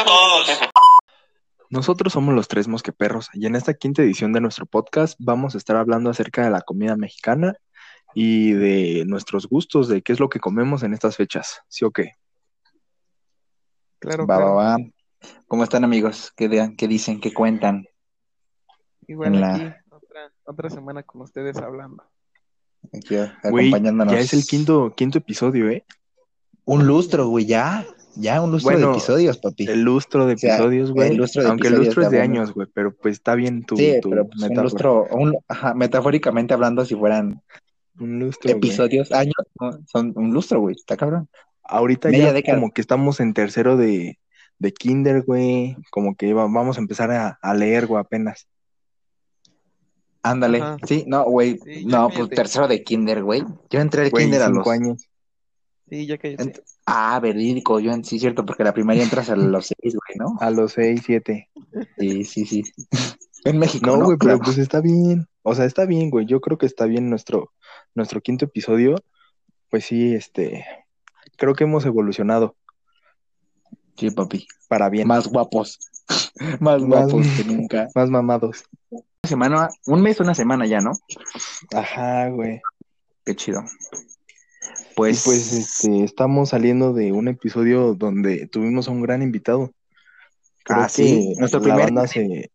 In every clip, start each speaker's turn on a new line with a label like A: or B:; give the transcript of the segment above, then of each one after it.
A: a todos.
B: Nosotros somos los tres mosqueperros y en esta quinta edición de nuestro podcast vamos a estar hablando acerca de la comida mexicana y de nuestros gustos, de qué es lo que comemos en estas fechas. ¿Sí o qué?
C: Claro,
D: Va, va,
C: claro.
D: va. ¿Cómo están, amigos? ¿Qué, de- qué dicen? ¿Qué cuentan?
C: Igual
D: en la-
C: aquí, otra, otra semana con ustedes hablando.
D: Aquí a-
B: Güey,
D: acompañándonos.
B: ya es el quinto, quinto episodio, ¿eh?
D: Un lustro, güey, ya. Ya, un lustro
B: Bueno,
D: de episodios, papi.
B: El lustro de
D: O sea,
B: episodios, güey.
D: el lustro de
B: Aunque el
D: episodios
B: lustro es de
D: está bueno.
B: años, güey, pero pues está bien tu,
D: sí,
B: tu
D: pero pues, un
B: metáfora.
D: lustro, un- ajá, metafóricamente hablando, si fueran
B: Un lustro, güey.
D: episodios, años, ¿no? son un lustro, güey, está cabrón.
B: Ahorita
D: Media
B: ya
D: década.
B: como que estamos en tercero de, de kinder, güey. Como que va- vamos a empezar a, a leer, güey, apenas.
D: Ándale,
C: Ajá.
D: sí, no, güey,
C: Sí, ya
D: no,
C: cállate.
D: pues tercero de kinder, güey. Yo entré al
B: Güey,
D: kinder a
B: cinco
D: los...
B: años.
C: Sí, ya que
D: Ent- Ah, verídico, yo en sí, cierto, porque la primaria entras a los seis, güey, ¿no?
B: A los seis, siete.
D: Sí, sí, sí. En México,
B: No, güey, pero
D: Claro.
B: pues está bien. O sea, está bien, güey. Yo creo que está bien nuestro, nuestro quinto episodio. Pues sí, este. Creo que hemos evolucionado
D: Sí, papi.
B: para bien. Más,
D: Más guapos.
B: Más-
D: Más guapos que nunca.
B: mamados.
D: Una semana, un mes, una semana ya, ¿no?
B: Ajá, güey.
D: Qué chido.
B: Y
D: Pues,
B: Pues, este, estamos saliendo de un episodio donde tuvimos a un gran invitado. Creo
D: Ah, sí,
B: que
D: nuestro
B: la
D: primer-
B: banda se-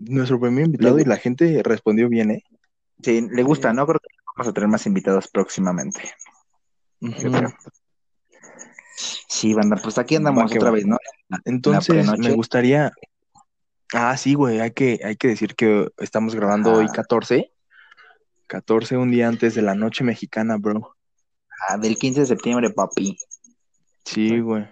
B: Nuestro primer invitado y la gente respondió bien, ¿eh?
D: sí, le gusta, ¿no? Creo que vamos a tener más invitados próximamente. Yo
B: Ujú.
D: creo. Sí, banda, pues aquí andamos
B: Va que
D: otra
B: va.
D: vez, ¿no?
B: Entonces,
D: prenoche.
B: me gustaría. Ah, sí, güey, hay que, hay que decir que estamos grabando hoy
D: Ah.
B: 14. 14, un día antes de la noche mexicana, bro.
D: Ah, del 15 de septiembre, papi.
B: Sí, güey.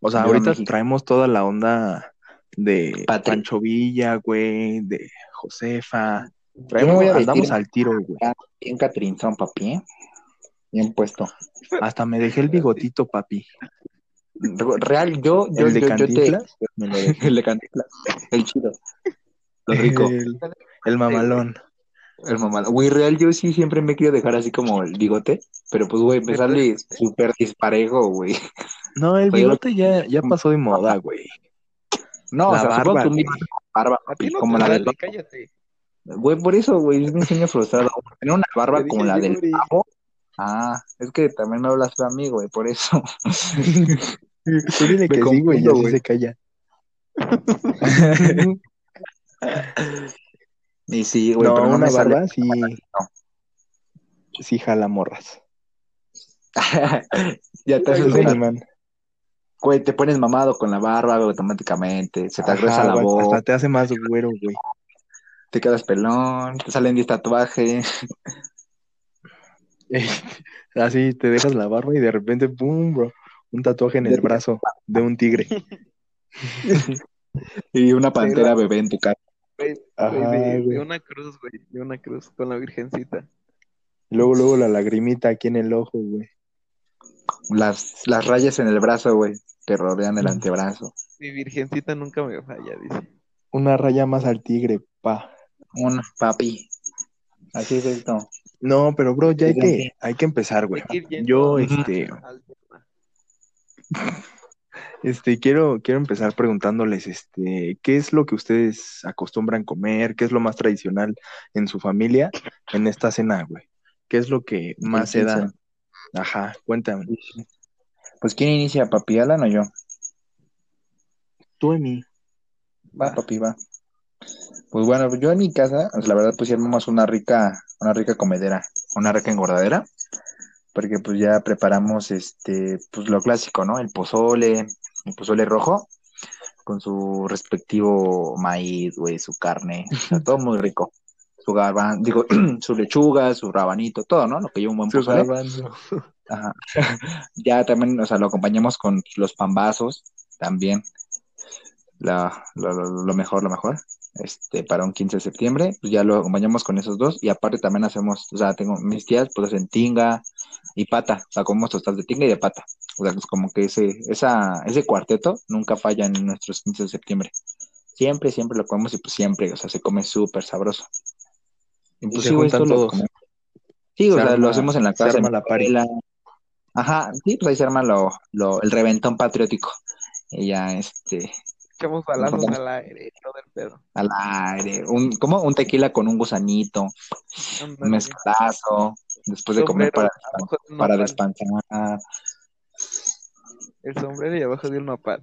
B: O sea,
D: Viva
B: ahorita
D: México.
B: traemos toda la onda de
D: Patri-
B: Pancho Villa, güey, de Josefa.
D: Yo me
B: Traemos,
D: voy a vestir
B: andamos al tiro, güey.
D: Bien Catrinzón, papi, ¿eh? Bien puesto.
B: Hasta me dejé el bigotito, papi.
D: Real, yo, yo,
B: ¿El de
D: yo, yo te...
B: Cantinflas? Me lo dejé.
D: El de Cantinflas. El chido. Lo rico.
B: El, el mamalón.
D: El mamado. Güey, real, yo sí siempre me quiero dejar así como el bigote, pero pues, güey, me sale súper disparejo, güey.
B: No, el
D: Oye,
B: bigote ya, ya pasó de moda, güey.
D: No,
B: La
D: o sea, supongo
B: barba,
D: que un
B: güey.
D: bigote con barba,
C: A ti no
D: como
C: te
D: la del...
C: sale, cállate.
D: Güey, por eso, güey, es un sueño frustrado. Tener una barba
C: Te
D: como
C: dije,
D: la del
C: Yuri.
D: pavo. Ah, es que también me hablas a mí, güey, por eso.
B: Tú dile que sí,
D: confundo,
B: güey, y así
D: güey.
B: se calla.
D: Y sí, güey,
B: no,
D: pero no
B: una
D: me sale.
B: barba sí. Sí, jala morras.
D: Ya te haces
B: Es
D: una-
B: un imán.
D: Güey, te pones mamado con la barba, güey, automáticamente. Se te
B: Ajá,
D: agresa la
B: güey,
D: voz,
B: Hasta te hace más güero, güey.
D: te quedas pelón, te salen 10 tatuajes.
B: Así te dejas la barba y de repente, pum, bro. Un tatuaje en el brazo de un tigre.
D: Y una pantera bebé en tu cara.
C: Güey,
B: Ajá,
C: güey, de,
B: güey.
C: de una cruz, güey. De una cruz con la virgencita.
B: Luego, luego la lagrimita aquí en el ojo, güey.
D: Las, las rayas en el brazo, güey, te rodean el antebrazo.
C: Mi virgencita nunca me falla, dice.
B: Una raya más al tigre, pa.
D: Un papi. Así es esto.
B: No, pero bro, ya hay que, hay que empezar, güey.
C: Hay que ir yendo
B: Yo,
C: al-
B: este,
C: al tema.
B: este, quiero, quiero empezar preguntándoles, este, ¿qué es lo que ustedes acostumbran comer? ¿Qué es lo más tradicional en su familia en esta cena, güey? ¿Qué es lo que más se da? Ajá, cuéntame.
D: Pues, ¿quién inicia, papi Alan o yo?
B: Tú, Emi.
D: Va, papi, va. Pues bueno, yo en mi casa, pues, la verdad, pues sí armamos una rica, una rica comedera, una rica engordadera, porque pues ya preparamos este, pues lo clásico, ¿no? El pozole, el pozole rojo, con su respectivo maíz, güey, su carne, o sea, todo muy rico. Su garban, digo, su lechuga, su rabanito, todo, ¿no? Lo que lleva un buen pozole. Ajá. Ya también, o sea, lo acompañamos con los pambazos, también. La, lo, lo- lo mejor, lo mejor. Este, para un 15 de septiembre, pues ya lo acompañamos con esos dos. Y aparte también hacemos, o sea, tengo mis tías, pues hacen tinga y pata. O sea, comemos tostadas de tinga y de pata. O sea, es como que ese, esa, ese cuarteto nunca falla en nuestros 15 de septiembre. Siempre, siempre lo comemos y pues siempre, o sea, se come súper sabroso. Y
B: se
D: sí, güey,
B: juntan
D: esto lo
B: todos.
D: comemos. Sí, o
B: Se
D: sea,
B: arma-
D: lo hacemos en la
B: se
D: casa. de
B: arma
D: mi
B: la party.
D: abuela. Ajá, sí, pues ahí se arma lo, lo- el reventón patriótico. Y ya, este,
C: Echamos balazos al aire, todo el pedo.
D: Al aire. Un, ¿Cómo? Un tequila con un gusanito, un
C: Ándale. ah,
D: mezcalazo, después de comer
C: Sombrero
D: para,
C: abajo de un
D: para
C: nopal.
D: despancar,
C: El sombrero y abajo de un nopal.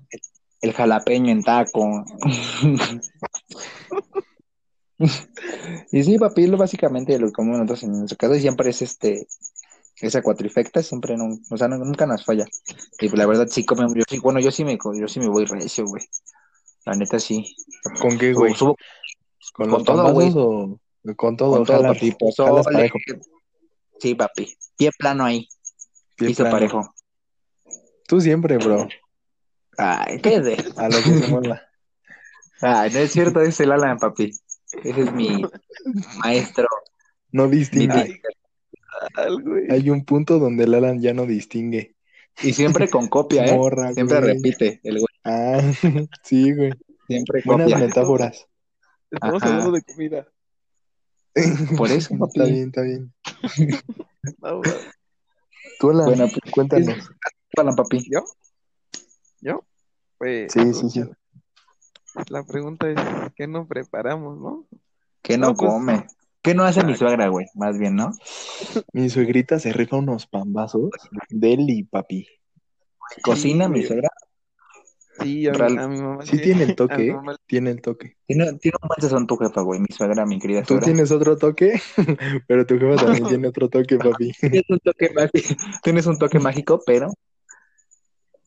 D: el jalapeño en taco. y sí, papi, lo básicamente lo que comemos nosotros en nuestra casa y siempre es este, esa cuatrifecta, siempre, nun- o sea, nu- nunca nos falla. Y la verdad sí comemos, yo sí, bueno, yo sí me, co- yo sí me voy recio, güey. La neta sí.
B: ¿Con qué, güey?
D: Subo- subo
B: ¿Con,
D: con
B: los
D: todo,
B: todo,
D: güey.
B: o con todo?
D: Con todo,
B: Jala,
D: papi. pues,
B: tipo, jalas
D: Sole.
B: parejo.
D: Sí, papi. Pie plano ahí.
B: pie
D: piso
B: plano.
D: parejo.
B: Tú siempre, bro.
D: Ay, qué de.
B: A lo que se mola.
D: Ay, no es cierto, es el Alan, papi. Ese es mi maestro.
B: No
D: mi
B: distingue.
D: teacher.
C: Al güey.
B: Hay un punto donde el Alan ya no distingue.
D: Y siempre con copia, ¿eh?
B: Morra,
D: Siempre
B: güey.
D: repite, el güey.
B: Ah, sí, güey.
D: Siempre
B: Buenas
D: copia.
B: metáforas.
C: Estamos
D: Ajá.
C: hablando de comida.
B: Pues,
D: Por eso, papi.
B: Está bien, está bien.
C: No,
B: Tú, Alan,
D: Bueno, pues,
B: cuéntanos.
D: Alan, papi.
C: ¿Yo? ¿Yo? Pues,
B: Sí, sí, sí.
C: La pregunta es, ¿qué no preparamos, no?
D: ¿Qué no
C: No, pues-
D: come? ¿Qué no hace mi suegra, güey? Más bien, ¿no?
B: Mi suegrita se rifa unos pambazos. Deli, papi.
D: Cocina mi
C: güey.
D: suegra.
C: Sí, a,
D: Real-
C: mi, a mi mamá.
B: Sí tiene el
C: a mi
B: toque, ¿eh?
C: mamá-
B: tiene el toque.
D: Tiene, tiene un buen sazón tu jefa, güey. Mi suegra, mi querida
B: Tú
D: suegra.
B: tienes otro toque, pero tu jefa también tiene otro toque, papi.
D: Tienes un toque mágico, tienes un toque mágico pero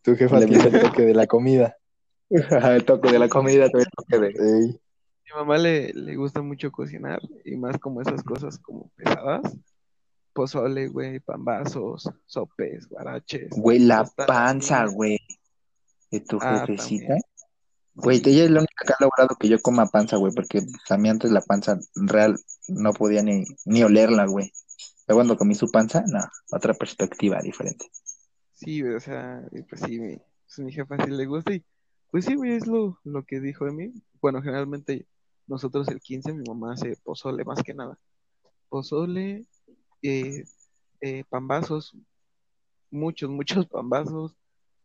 B: Tu jefa
D: Le
B: tiene el toque de la comida.
D: el toque de la comida, el toque de...
B: Ey,
C: mi mamá le, le gusta mucho cocinar y más como esas cosas como pesadas. Pozole, güey, pambazos, sopes, guaraches.
D: Güey, la
C: Hasta-
D: panza, güey. De tu
C: Ah,
D: jefecita.
C: también.
D: Güey, ella es la única que ha logrado que yo coma panza, güey, porque a mí antes la panza real no podía ni, ni olerla, güey. Ya cuando comí su panza, no, otra perspectiva diferente.
C: Sí, güey, o sea, y pues sí, mi, pues mi jefa sí le gusta y pues sí, güey, es lo, lo que dijo de mí. Bueno, generalmente nosotros el 15, mi mamá hace pozole más que nada. Pozole, eh, eh, pambazos, muchos, muchos pambazos,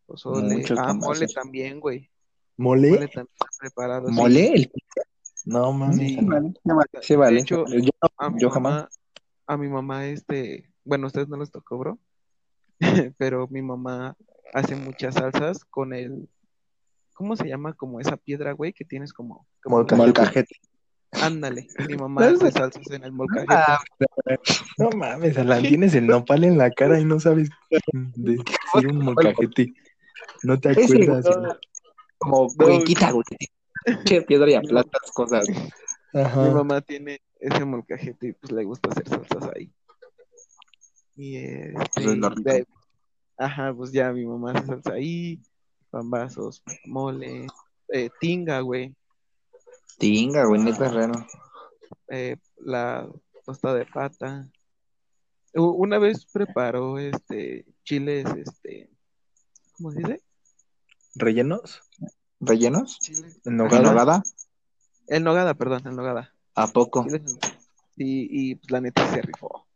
C: pozole,
D: Muchos
C: ah,
D: pambazos.
C: mole también, güey, mole
B: ¿Mole?
C: también preparado. Pues sí.
D: ¿Mole? El...
B: No, mames.
C: Sí.
D: Se vale, se vale, se vale.
C: De hecho,
D: yo,
C: A mi
D: yo
C: mamá,
D: jamás.
C: a mi mamá, este, bueno, a ustedes no les tocó, bro, pero mi mamá hace muchas salsas con el, ¿cómo se llama? Como esa piedra, güey, que tienes como, como una-
D: Como el cajete.
C: ándale, mi mamá hace salsas en el molcajete.
D: Ah,
B: No mames, Alan, tienes el nopal en la cara y no sabes de decir un molcajete. No te
D: Ese,
B: acuerdas.
D: güey.
B: güey.
D: Como, güey, quita, güey. Che, piedra y aplastas cosas.
C: Mi
B: Ajá.
C: mamá tiene ese molcajete y pues le gusta hacer salsas ahí. Y este,
D: Pues es lo rico.
C: de- ajá, pues ya mi mamá hace salsa ahí, pambazos, mole, eh, tinga, güey.
D: Tinga, güey, neta es raro.
C: eh, la tostada de pata. U- Una vez preparó este chiles, este, ¿cómo se dice?
B: ¿Rellenos?
D: ¿Rellenos?
C: Chiles.
B: ¿En
D: ¿En
B: nogada?
D: nogada?
C: El nogada, perdón, el nogada.
D: ¿A poco?
C: Chiles en- Y, y pues, la neta se rifó.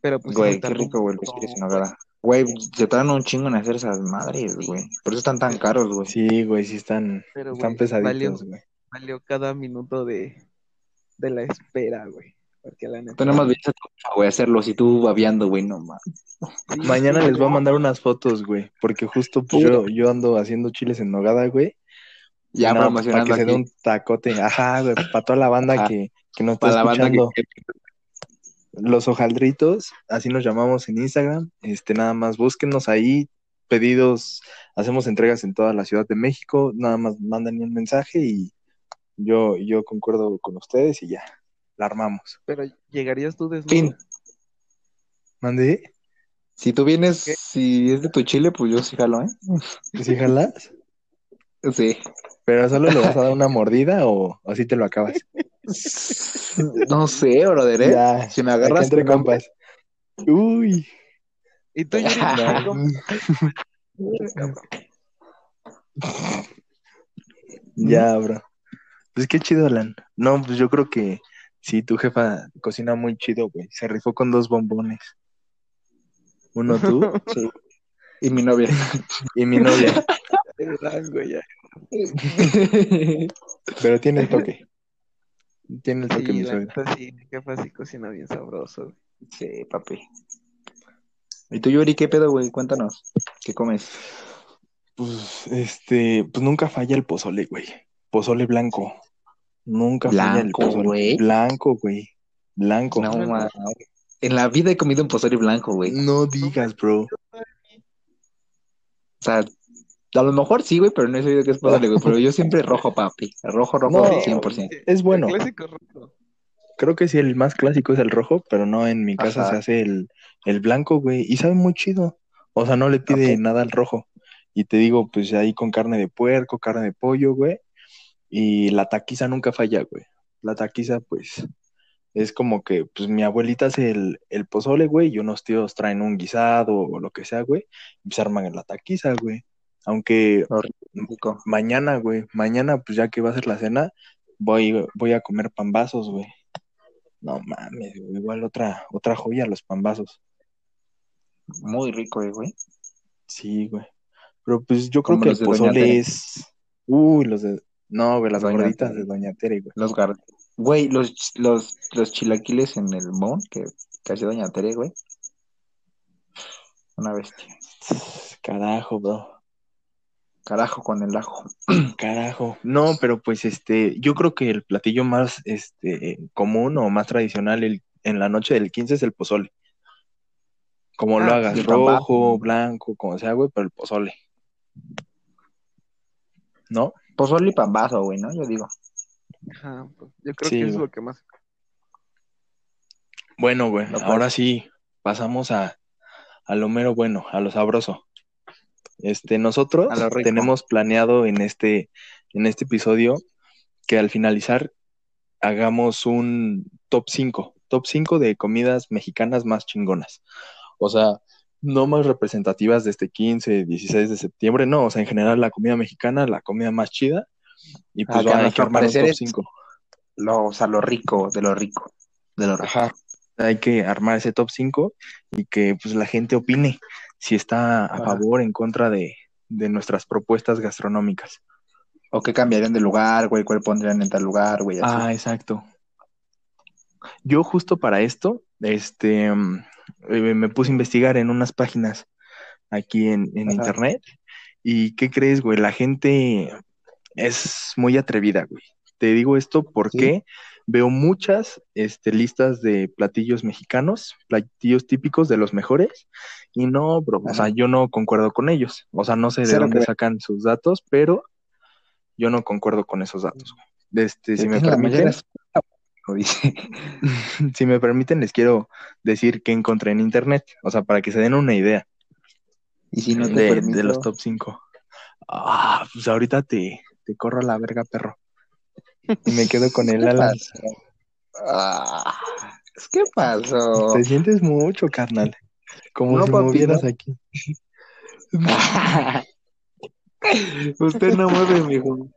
C: Pero pues
D: Güey,
C: sí,
D: qué
C: tardó
D: rico,
C: un
D: güey, los
C: montón.
D: chiles en nogada. Güey, se tardan un chingo en hacer esas madres, güey. Por eso están tan caros, güey.
B: Sí, güey, sí están,
C: Pero,
B: están
C: güey,
B: pesaditos,
C: Valió,
B: güey.
C: valió cada minuto de, de la espera, güey. Porque la neta.
D: Tú nada más vienes a tu casa, güey, a hacerlos y tú babeando, güey, no más.
C: Sí,
B: Mañana
C: sí,
B: les voy a
C: güey.
B: mandar unas fotos, güey, porque justo pues, yo, yo ando haciendo chiles en nogada, güey.
D: Ya
B: No, pues,
D: promocionando
B: Para que se dé
D: aquí.
B: un tacote. Ajá, güey, pues, para toda la banda
D: Ajá.
B: que, que nos está
D: Para la banda que...
B: escuchando. Los hojaldritos, así nos llamamos en Instagram. Este, nada más, búsquenos ahí. Pedidos, hacemos entregas en toda la Ciudad de México. Nada más, manden un mensaje y yo, yo concuerdo con ustedes y ya, la armamos.
C: Pero llegarías tú desnudo.
D: Fin.
B: ¿Mandé?
D: Si tú vienes,
C: ¿Qué?
D: si es de tu chile, pues yo sí jalo, ¿eh?
B: ¿Sí jalas?
D: Sí.
B: ¿Pero solo le vas a dar una mordida o o así te lo acabas?
D: No sé, brother, ¿eh?
B: Ya,
D: Si me
B: acá
D: agarras
B: entre
D: con hambre,
B: compas. Uy,
C: Y tú, Yuri,
D: Ya.
C: ¿cómo?
B: Ya, bro. Pues qué chido, Alan. No, pues yo creo que sí, tu jefa cocina muy chido, güey. Se rifó con dos bombones. Uno tú
D: Y mi novia.
B: y mi novia.
C: Te dan, güey, ya.
B: Pero tiene el toque. Tiene el toque,
C: Sí,
B: mi
C: la
B: suegra.
C: neta, sí, mi jefa sí cocina bien sabroso, güey.
D: Sí, papi. ¿Y tú, Yuri, qué pedo, güey? Cuéntanos. ¿Qué comes?
B: Pues, este, pues nunca falla el pozole, güey. Pozole blanco. Nunca falla el
D: Blanco,
B: pozole.
D: güey.
B: Blanco, güey. Blanco.
D: No, ma- En la vida he comido un pozole blanco, güey.
B: No digas, bro.
D: O sea, a lo mejor sí, güey, pero no he sabido qué es pozole, güey. Pero yo siempre rojo, papi. Rojo, rojo,
B: No,
C: Sí,
D: 100%.
C: sí,
B: Es bueno.
C: el clásico rojo.
B: Creo que sí, el más clásico es el rojo, pero no, en mi casa
D: Ajá.
B: se hace el, el blanco, güey, y sabe muy chido. O sea, no le pide
D: poco?
B: nada al rojo. Y te digo, pues ahí con carne de puerco, carne de pollo, güey. Y la taquiza nunca falla, güey. La taquiza, pues, es como que, pues mi abuelita hace el, el pozole, güey, y unos tíos traen un guisado o lo que sea, güey, y se arman en la taquiza, güey. Aunque
D: Rico.
B: mañana, güey, mañana, pues ya que va a ser la cena, voy, voy a comer pambazos, güey. No mames, güey, igual otra, otra joya, los pambazos.
D: Muy rico, eh, güey.
B: Sí, güey. Pero pues yo creo
D: Como
B: que el
D: los de Doña Tere.
B: pozole es. Uy, los de. No, güey, las
D: Doña
B: gorditas
D: Tere.
B: de Doña Tere, güey.
D: Los gar... Güey, los, los, los chilaquiles en el mon que, que hace Doña Tere, güey. Una bestia.
B: Carajo, bro.
D: Carajo con el ajo.
B: Carajo. No, pero pues este, yo creo que el platillo más este común o más tradicional el- en la noche del 15 es el pozole. Como lo
D: Ah,
B: hagas,
D: el pambazo.
B: rojo, blanco, como sea, güey, pero el pozole. ¿No?
D: Pozole y pambazo, güey, ¿no? Yo digo.
C: Ajá, pues, yo creo
B: Sí,
C: que es
B: güey.
C: lo que más.
B: Bueno, güey,
D: Lo cual-
B: ahora sí, pasamos a, a lo mero bueno, a lo sabroso. Este, nosotros
D: A lo rico.
B: tenemos planeado en este, en este episodio que al finalizar hagamos un top 5, top 5 de comidas mexicanas más chingonas. O sea, no más representativas de este 15, 16 de septiembre, no, o sea, en general la comida mexicana, la comida más chida. Y pues
D: Ah, que a
B: va, hay que
D: nuestro
B: armar un
D: parecer
B: top
D: es-
B: 5.
D: Lo, o sea, lo rico, de lo rico. De lo rico.
B: Ajá. Hay que armar ese top 5 y que pues la gente opine si está a
D: Ajá.
B: favor, en contra de, de nuestras propuestas gastronómicas.
D: O que cambiarían de lugar, güey, cuál pondrían en tal lugar, güey, así.
B: Ah, exacto. Yo justo para esto, este, mm, eh, me puse a investigar en unas páginas aquí en, en
D: Ajá.
B: internet. ¿Y qué crees, güey? La gente es muy atrevida, güey. Te digo esto porque veo muchas este, listas de platillos mexicanos, platillos típicos de los mejores, y no, bro, o
D: Ajá.
B: sea, yo no concuerdo con ellos. O sea, no sé de
D: Cero que
B: dónde
D: ver.
B: sacan sus datos, pero yo no concuerdo con esos datos. güey. Este, si me
D: Tienen la
B: permiten,
D: mayoría de- Lo dice.
B: si me permiten, les quiero decir qué encontré en internet, o sea, para que se den una idea
D: Y si no te
B: de,
D: permito,
B: de los top 5. Ah, pues ahorita te, te corro a la verga, perro. Y me quedo con
D: ¿qué
B: el Alan.
D: pasó? Ah, es que pasó?
B: Te sientes mucho, carnal. Como
D: No,
B: si
D: papi,
B: me hubieras aquí.
D: Usted no mueve, mijo.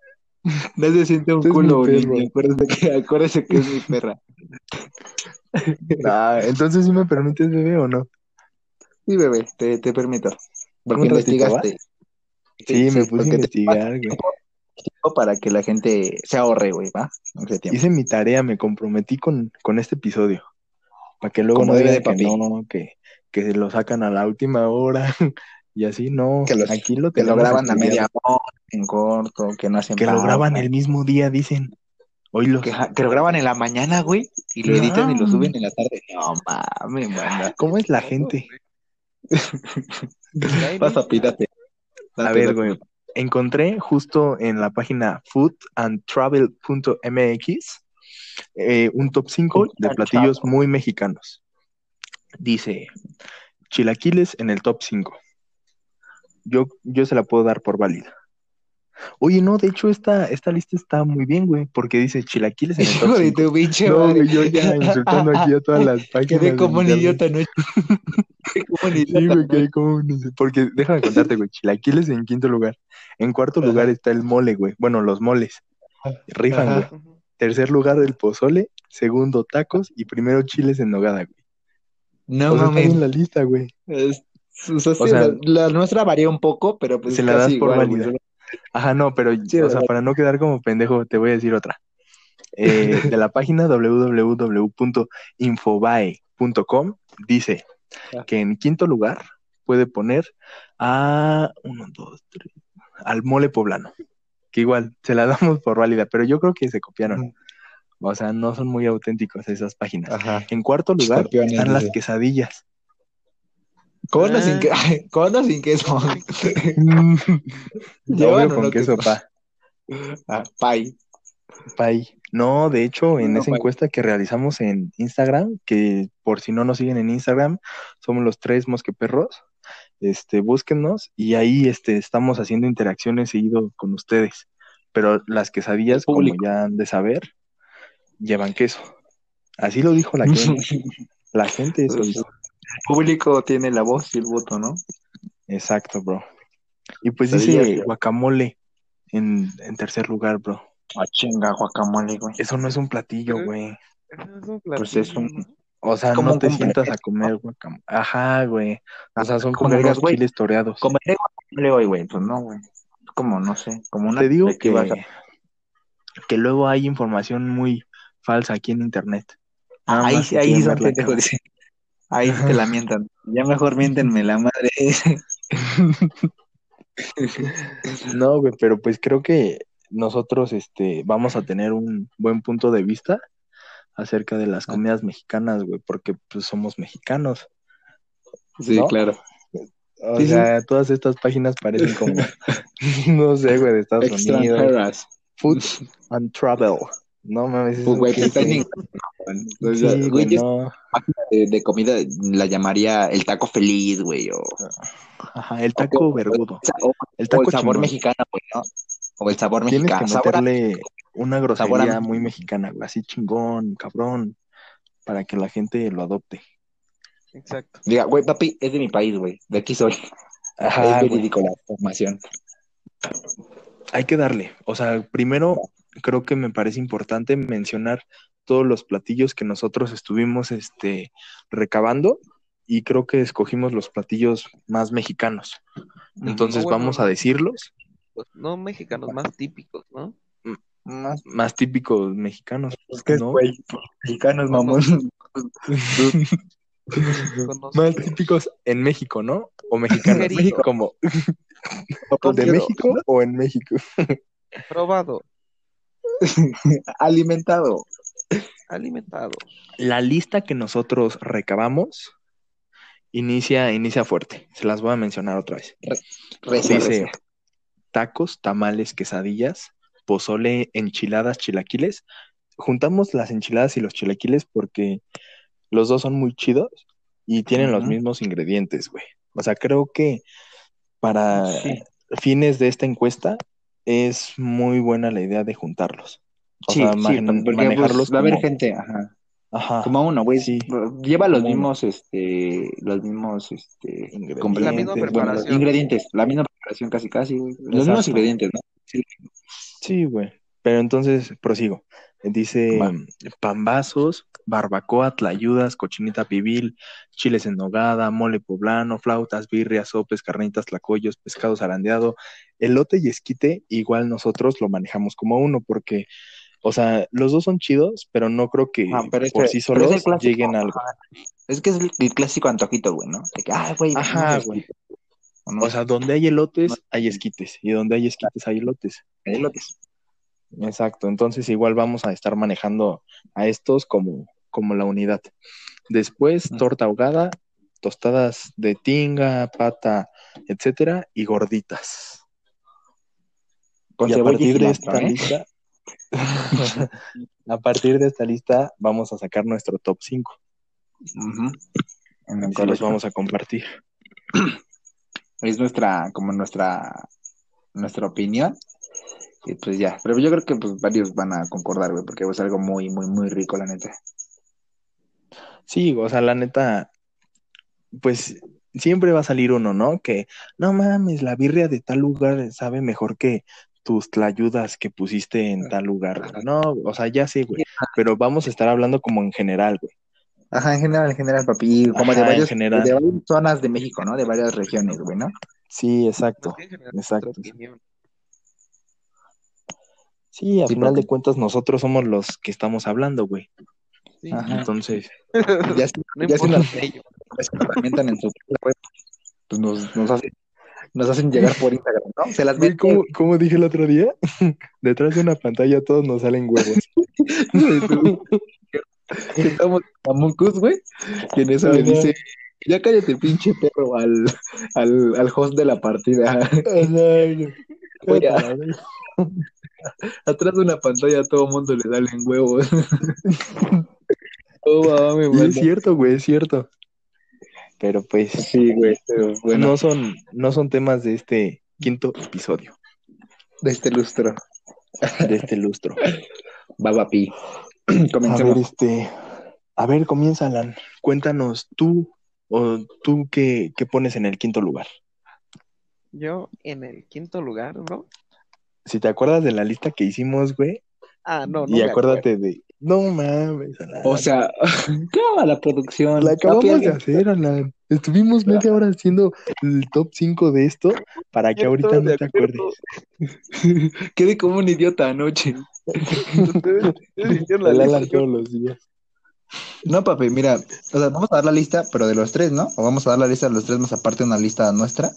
D: No se siente un
B: Usted es
D: culo,
B: mi perro.
D: niña. Acuérdese que, acuérdese que es mi perra.
B: Ah, entonces si me permites, bebé, o no?
D: Sí, bebé, te, te permito. Porque
B: Un ratito,
D: investigaste.
B: Sí, me puse a
D: porque te-
B: investigar, güey.
D: para que la gente se ahorre, güey, ¿va? En ese tiempo.
B: Hice mi tarea, me comprometí con, con este episodio. Para que luego
D: Como
B: no
D: debe
B: digan
D: de
B: que
D: papi.
B: no, que, que se lo sacan a la última hora. Y así no,
D: Que los-
B: aquí lo
D: Que lo
B: tenemos
D: graban a
B: estudiado.
D: media hora, en corto, que no hacen
B: Que lo
D: pausa.
B: graban el mismo día, dicen. Hoy los...
D: que, ja- que lo graban en la mañana, güey, y lo
B: No.
D: editan y lo suben en la tarde. No mames, manda.
B: ¿Cómo es la gente?
C: Ya en
D: Pasa, pídate.
B: A ver, güey, encontré justo en la página foodandtravel.mx eh, un top 5 de platillos muy mexicanos. Dice, chilaquiles en el top 5. Yo, yo se la puedo dar por válida. Oye, no, de hecho esta, esta lista está muy bien, güey, porque dice chilaquiles en el
D: Hijo
B: top
D: de
B: 5.
D: tu pinche
B: No,
D: madre.
B: güey, yo ya insultando aquí a todas las páginas.
D: Quedé
B: de
D: como un
B: internet.
D: idiota, ¿no? Quedé como un
B: Sí,
D: idiota.
B: güey, que como un- Porque déjame contarte, güey. Chilaquiles en quinto lugar. En cuarto lugar está el mole, güey. Bueno, los moles. Rifan,
D: Ah, Ajá.
B: güey.
C: Ujú.
B: Tercer lugar el pozole. Segundo tacos. Y primero chiles en nogada, güey.
D: No
B: o sea, está bien
D: mames.
B: la lista, güey.
D: Es- o sea, sí,
B: O sea,
D: la, la nuestra varía un poco, pero pues
B: se
D: es
B: la das
D: casi
B: por
D: igual,
B: válida.
D: güey.
B: Ajá, Ah, no, pero
D: Sí,
B: o
D: ¿verdad?
B: sea, para no quedar como pendejo, te voy a decir otra. Eh, de la página www.infobae.com dice
C: Ah.
B: que en quinto lugar puede poner a uno, dos, tres, al mole poblano, que igual se la damos por válida, pero yo creo que se copiaron. O sea, no son muy auténticos esas páginas.
D: Ajá.
B: En cuarto lugar
D: Copiones,
B: están las
D: dice.
B: quesadillas.
D: Con o sin,
C: Ah.
D: que- ay, con o sin queso. Llevan
B: Doble
D: o
B: con
D: no
B: queso,
D: queso.
B: pa.
D: Ah, pay.
B: Pay. No, de hecho, en
D: No,
B: esa
D: pay.
B: encuesta que realizamos en Instagram, que por si no nos siguen en Instagram, somos los tres mosqueperros. Este, búsquennos y ahí este, estamos haciendo interacciones seguido con ustedes. Pero las quesadillas,
D: El público.
B: como ya han de saber, llevan queso. Así lo dijo la gente. La gente eso dijo.
D: El público tiene la voz y el voto, ¿no?
B: Exacto, bro. Y pues
D: Quesadillas,
B: dice
D: ya.
B: guacamole en, en tercer lugar, bro.
D: A chinga, guacamole, güey.
B: Eso no es un platillo,
C: Pero-
B: güey.
C: Eso es un
D: Pues es un-
C: platillo, ¿no?
B: O sea,
D: Como
B: no
D: un
B: te
D: complemento,
B: sientas a comer guacamole. Ajá, güey. O sea, son
D: Como
B: como
D: vergas,
B: unos
D: güey.
B: chiles toreados.
D: Comeré guacamole hoy, güey. Pues no, güey. Es Como, no sé, como una
B: Te digo que,
D: perspectiva, ¿sabes?
B: que luego hay información muy falsa aquí en internet. Nada
D: Ahí,
B: más
D: sí-
B: te
D: ahí
B: quieren
D: son
B: ver la
D: pendejos, dice. Ahí sí te la mientan. Ya mejor miéntenme la madre.
B: cara. No, güey, pero pues creo que nosotros este, vamos a tener un buen punto de vista acerca de las
D: Ah.
B: comidas mexicanas, güey, porque pues somos mexicanos.
D: Sí,
B: ¿No?
D: claro.
B: O
D: Sí, sí.
B: sea, todas estas páginas parecen como, no sé, güey, de Estados Unidos.
D: Extranjeras.
B: Food and travel. No mames, es
D: Pues,
B: un
D: güey, pues
B: queso.
D: está en inglés, ¿no? O sea,
B: Sí,
D: güey,
B: güey,
D: yo
B: no.
D: de, de comida la llamaría el taco feliz, güey, o,
B: Ajá, el taco
D: o-
B: vergudo.
D: o-
B: Ah, El taco
D: o el sabor
B: chingón.
D: mexicano, güey, ¿no? O el sabor
B: Tienes que
D: mexicano. Sabor a-
B: meterle una
D: sabor a
B: grosería
D: México.
B: muy mexicana, güey, así chingón, cabrón, para que la gente lo adopte.
C: Exacto.
D: Diga, güey, papi, es de mi país, güey. De aquí soy.
B: Ajá,
D: es
B: güey.
D: verídico la formación.
B: Hay que darle. O sea, primero creo que me parece importante mencionar todos los platillos que nosotros estuvimos este, recabando y creo que escogimos los platillos más mexicanos. Entonces
C: Bueno,
B: vamos
C: no.
B: a decirlos
C: Pues, no mexicanos, más típicos, ¿no?
D: Más
B: más típicos mexicanos, ¿no?
D: mexicanos,
C: mamón. Con los-
B: más típicos en México, ¿no? O mexicanos,
C: Querido. México.
B: como
C: Con
B: de
C: miedo.
B: México o en México.
C: Probado,
D: Alimentado.
C: alimentado.
B: La lista que nosotros recabamos inicia, inicia fuerte. Se las voy a mencionar otra vez.
D: Reza,
B: Dice
D: reza.
B: tacos, tamales, quesadillas, pozole, enchiladas, chilaquiles. Juntamos las enchiladas y los chilaquiles porque los dos son muy chidos y tienen los
D: Ujú.
B: mismos ingredientes, güey. O sea, creo que para
D: Sí.
B: fines de esta encuesta es muy buena la idea de juntarlos. O sea, ma-
D: porque
B: manejarlos
D: pues, va a haber
B: como-
D: gente, ajá.
B: Ajá.
D: Como uno, güey.
B: Sí.
D: Lleva los
B: Como uno.
D: mismos, este, los mismos, este,
B: Ingredientes.
D: complementos,
C: La misma
D: bueno,
C: preparación.
D: ingredientes, la misma preparación casi casi, güey. Los
B: Exacto.
D: mismos ingredientes, ¿no? Sí.
B: Sí, güey. Pero entonces prosigo. Dice
D: Va.
B: pambazos, barbacoa, tlayudas, cochinita pibil, chiles en nogada, mole poblano, flautas, birrias, sopes, carnitas, tlacoyos, pescado zarandeado, elote y esquite. Igual nosotros lo manejamos como uno porque, o sea, los dos son chidos, pero no creo que
D: Ah, pero
B: por
D: este-
B: sí
D: pero es el
B: solos
D: clásico,
B: lleguen a algo.
D: ajá. Es que es el, el clásico antojito, güey, ¿no? De que, ay, güey,
B: Ajá,
D: vamos a
B: güey.
D: esquites, vamos
B: O sea, donde hay elotes,
D: No.
B: hay esquites. Y donde hay esquites, hay elotes.
D: a elotes.
B: Exacto, entonces igual vamos a estar manejando a estos como, como la unidad. Después,
D: Ujú.
B: torta ahogada, tostadas de tinga, pata, etcétera, y gorditas.
D: Con
B: y a
D: cebolla y
B: partir de
D: cilantro,
B: esta
D: ¿eh?
B: lista, a partir de esta lista vamos a sacar nuestro top 5
D: Ujú. En el
B: y se los
D: colegio.
B: vamos a compartir.
D: Es nuestra, como nuestra, nuestra opinión. Y pues ya, pero yo creo que pues varios van a concordar, güey, porque es algo muy, muy, muy rico, la neta.
B: Sí, o sea, la neta, pues siempre va a salir uno, ¿no? Que no mames, la birria de tal lugar sabe mejor que tus tlayudas que pusiste en tal lugar. güey". No, o sea, ya sé, güey, pero vamos a estar hablando como en general, güey.
D: Ajá, en general, en general, papi. Y como
B: Ajá,
D: de,
B: en
D: varios,
B: general.
D: de varias zonas de México, ¿no? De varias regiones, güey, ¿no?
B: Sí,
C: Más
B: exacto.
C: bien generar
B: Exacto.
C: nuestra opinión.
B: Sí, a
D: Sí,
B: final
D: porque-
B: de cuentas nosotros somos los que estamos hablando, güey.
C: Sí.
D: Ajá.
B: Entonces,
D: Ya, se-
C: No
D: ya se
C: importa
D: la-
C: el sello.
D: se la avientan en su página web, pues nos, nos hacen, nos hacen llegar por Instagram, ¿no? Se las
B: güey,
D: ven
B: ¿cómo, cómo dije el otro día? Detrás de una pantalla todos nos salen huevos.
D: que estamos a Moncus, güey, y en eso le
B: Ajá.
D: dice, ya cállate pinche perro al, al, al host de la partida. Oye, Atrás de una pantalla a todo mundo le salen huevos. Oh, mami,
B: Y es
D: bueno.
B: cierto, güey, es cierto. Pero pues,
D: Sí, güey, pero bueno,
B: no, son, no son temas de este quinto episodio,
D: de este lustro.
B: de este lustro.
D: Baba Pi.
B: A ver,
D: Comencemos.
B: este, a ver, comienza, Alan. Cuéntanos tú o tú qué, qué pones en el quinto lugar.
C: Yo en el quinto lugar, bro.
B: Si te acuerdas de la lista que hicimos, güey,
C: Ah, no, no.
B: y
C: me
B: acuérdate de. No mames, Alan.
D: O sea, clava la producción.
B: la acabamos
D: Papi,
B: de hacer, Alan. Estuvimos media hora haciendo el top 5 de esto para que
C: Yo
B: ahorita
C: estaba
B: no
C: de
B: te acuerdes.
C: acuerdo.
D: Quedé como un idiota anoche.
C: acuerdo. Ustedes- ustedes hicieron la
B: El
C: lista,
B: Alan
C: yo-
B: todos los días.
D: No, papi, mira, o sea, vamos a dar la lista, pero de los tres, ¿no? O vamos a dar la lista de los tres más aparte una lista nuestra.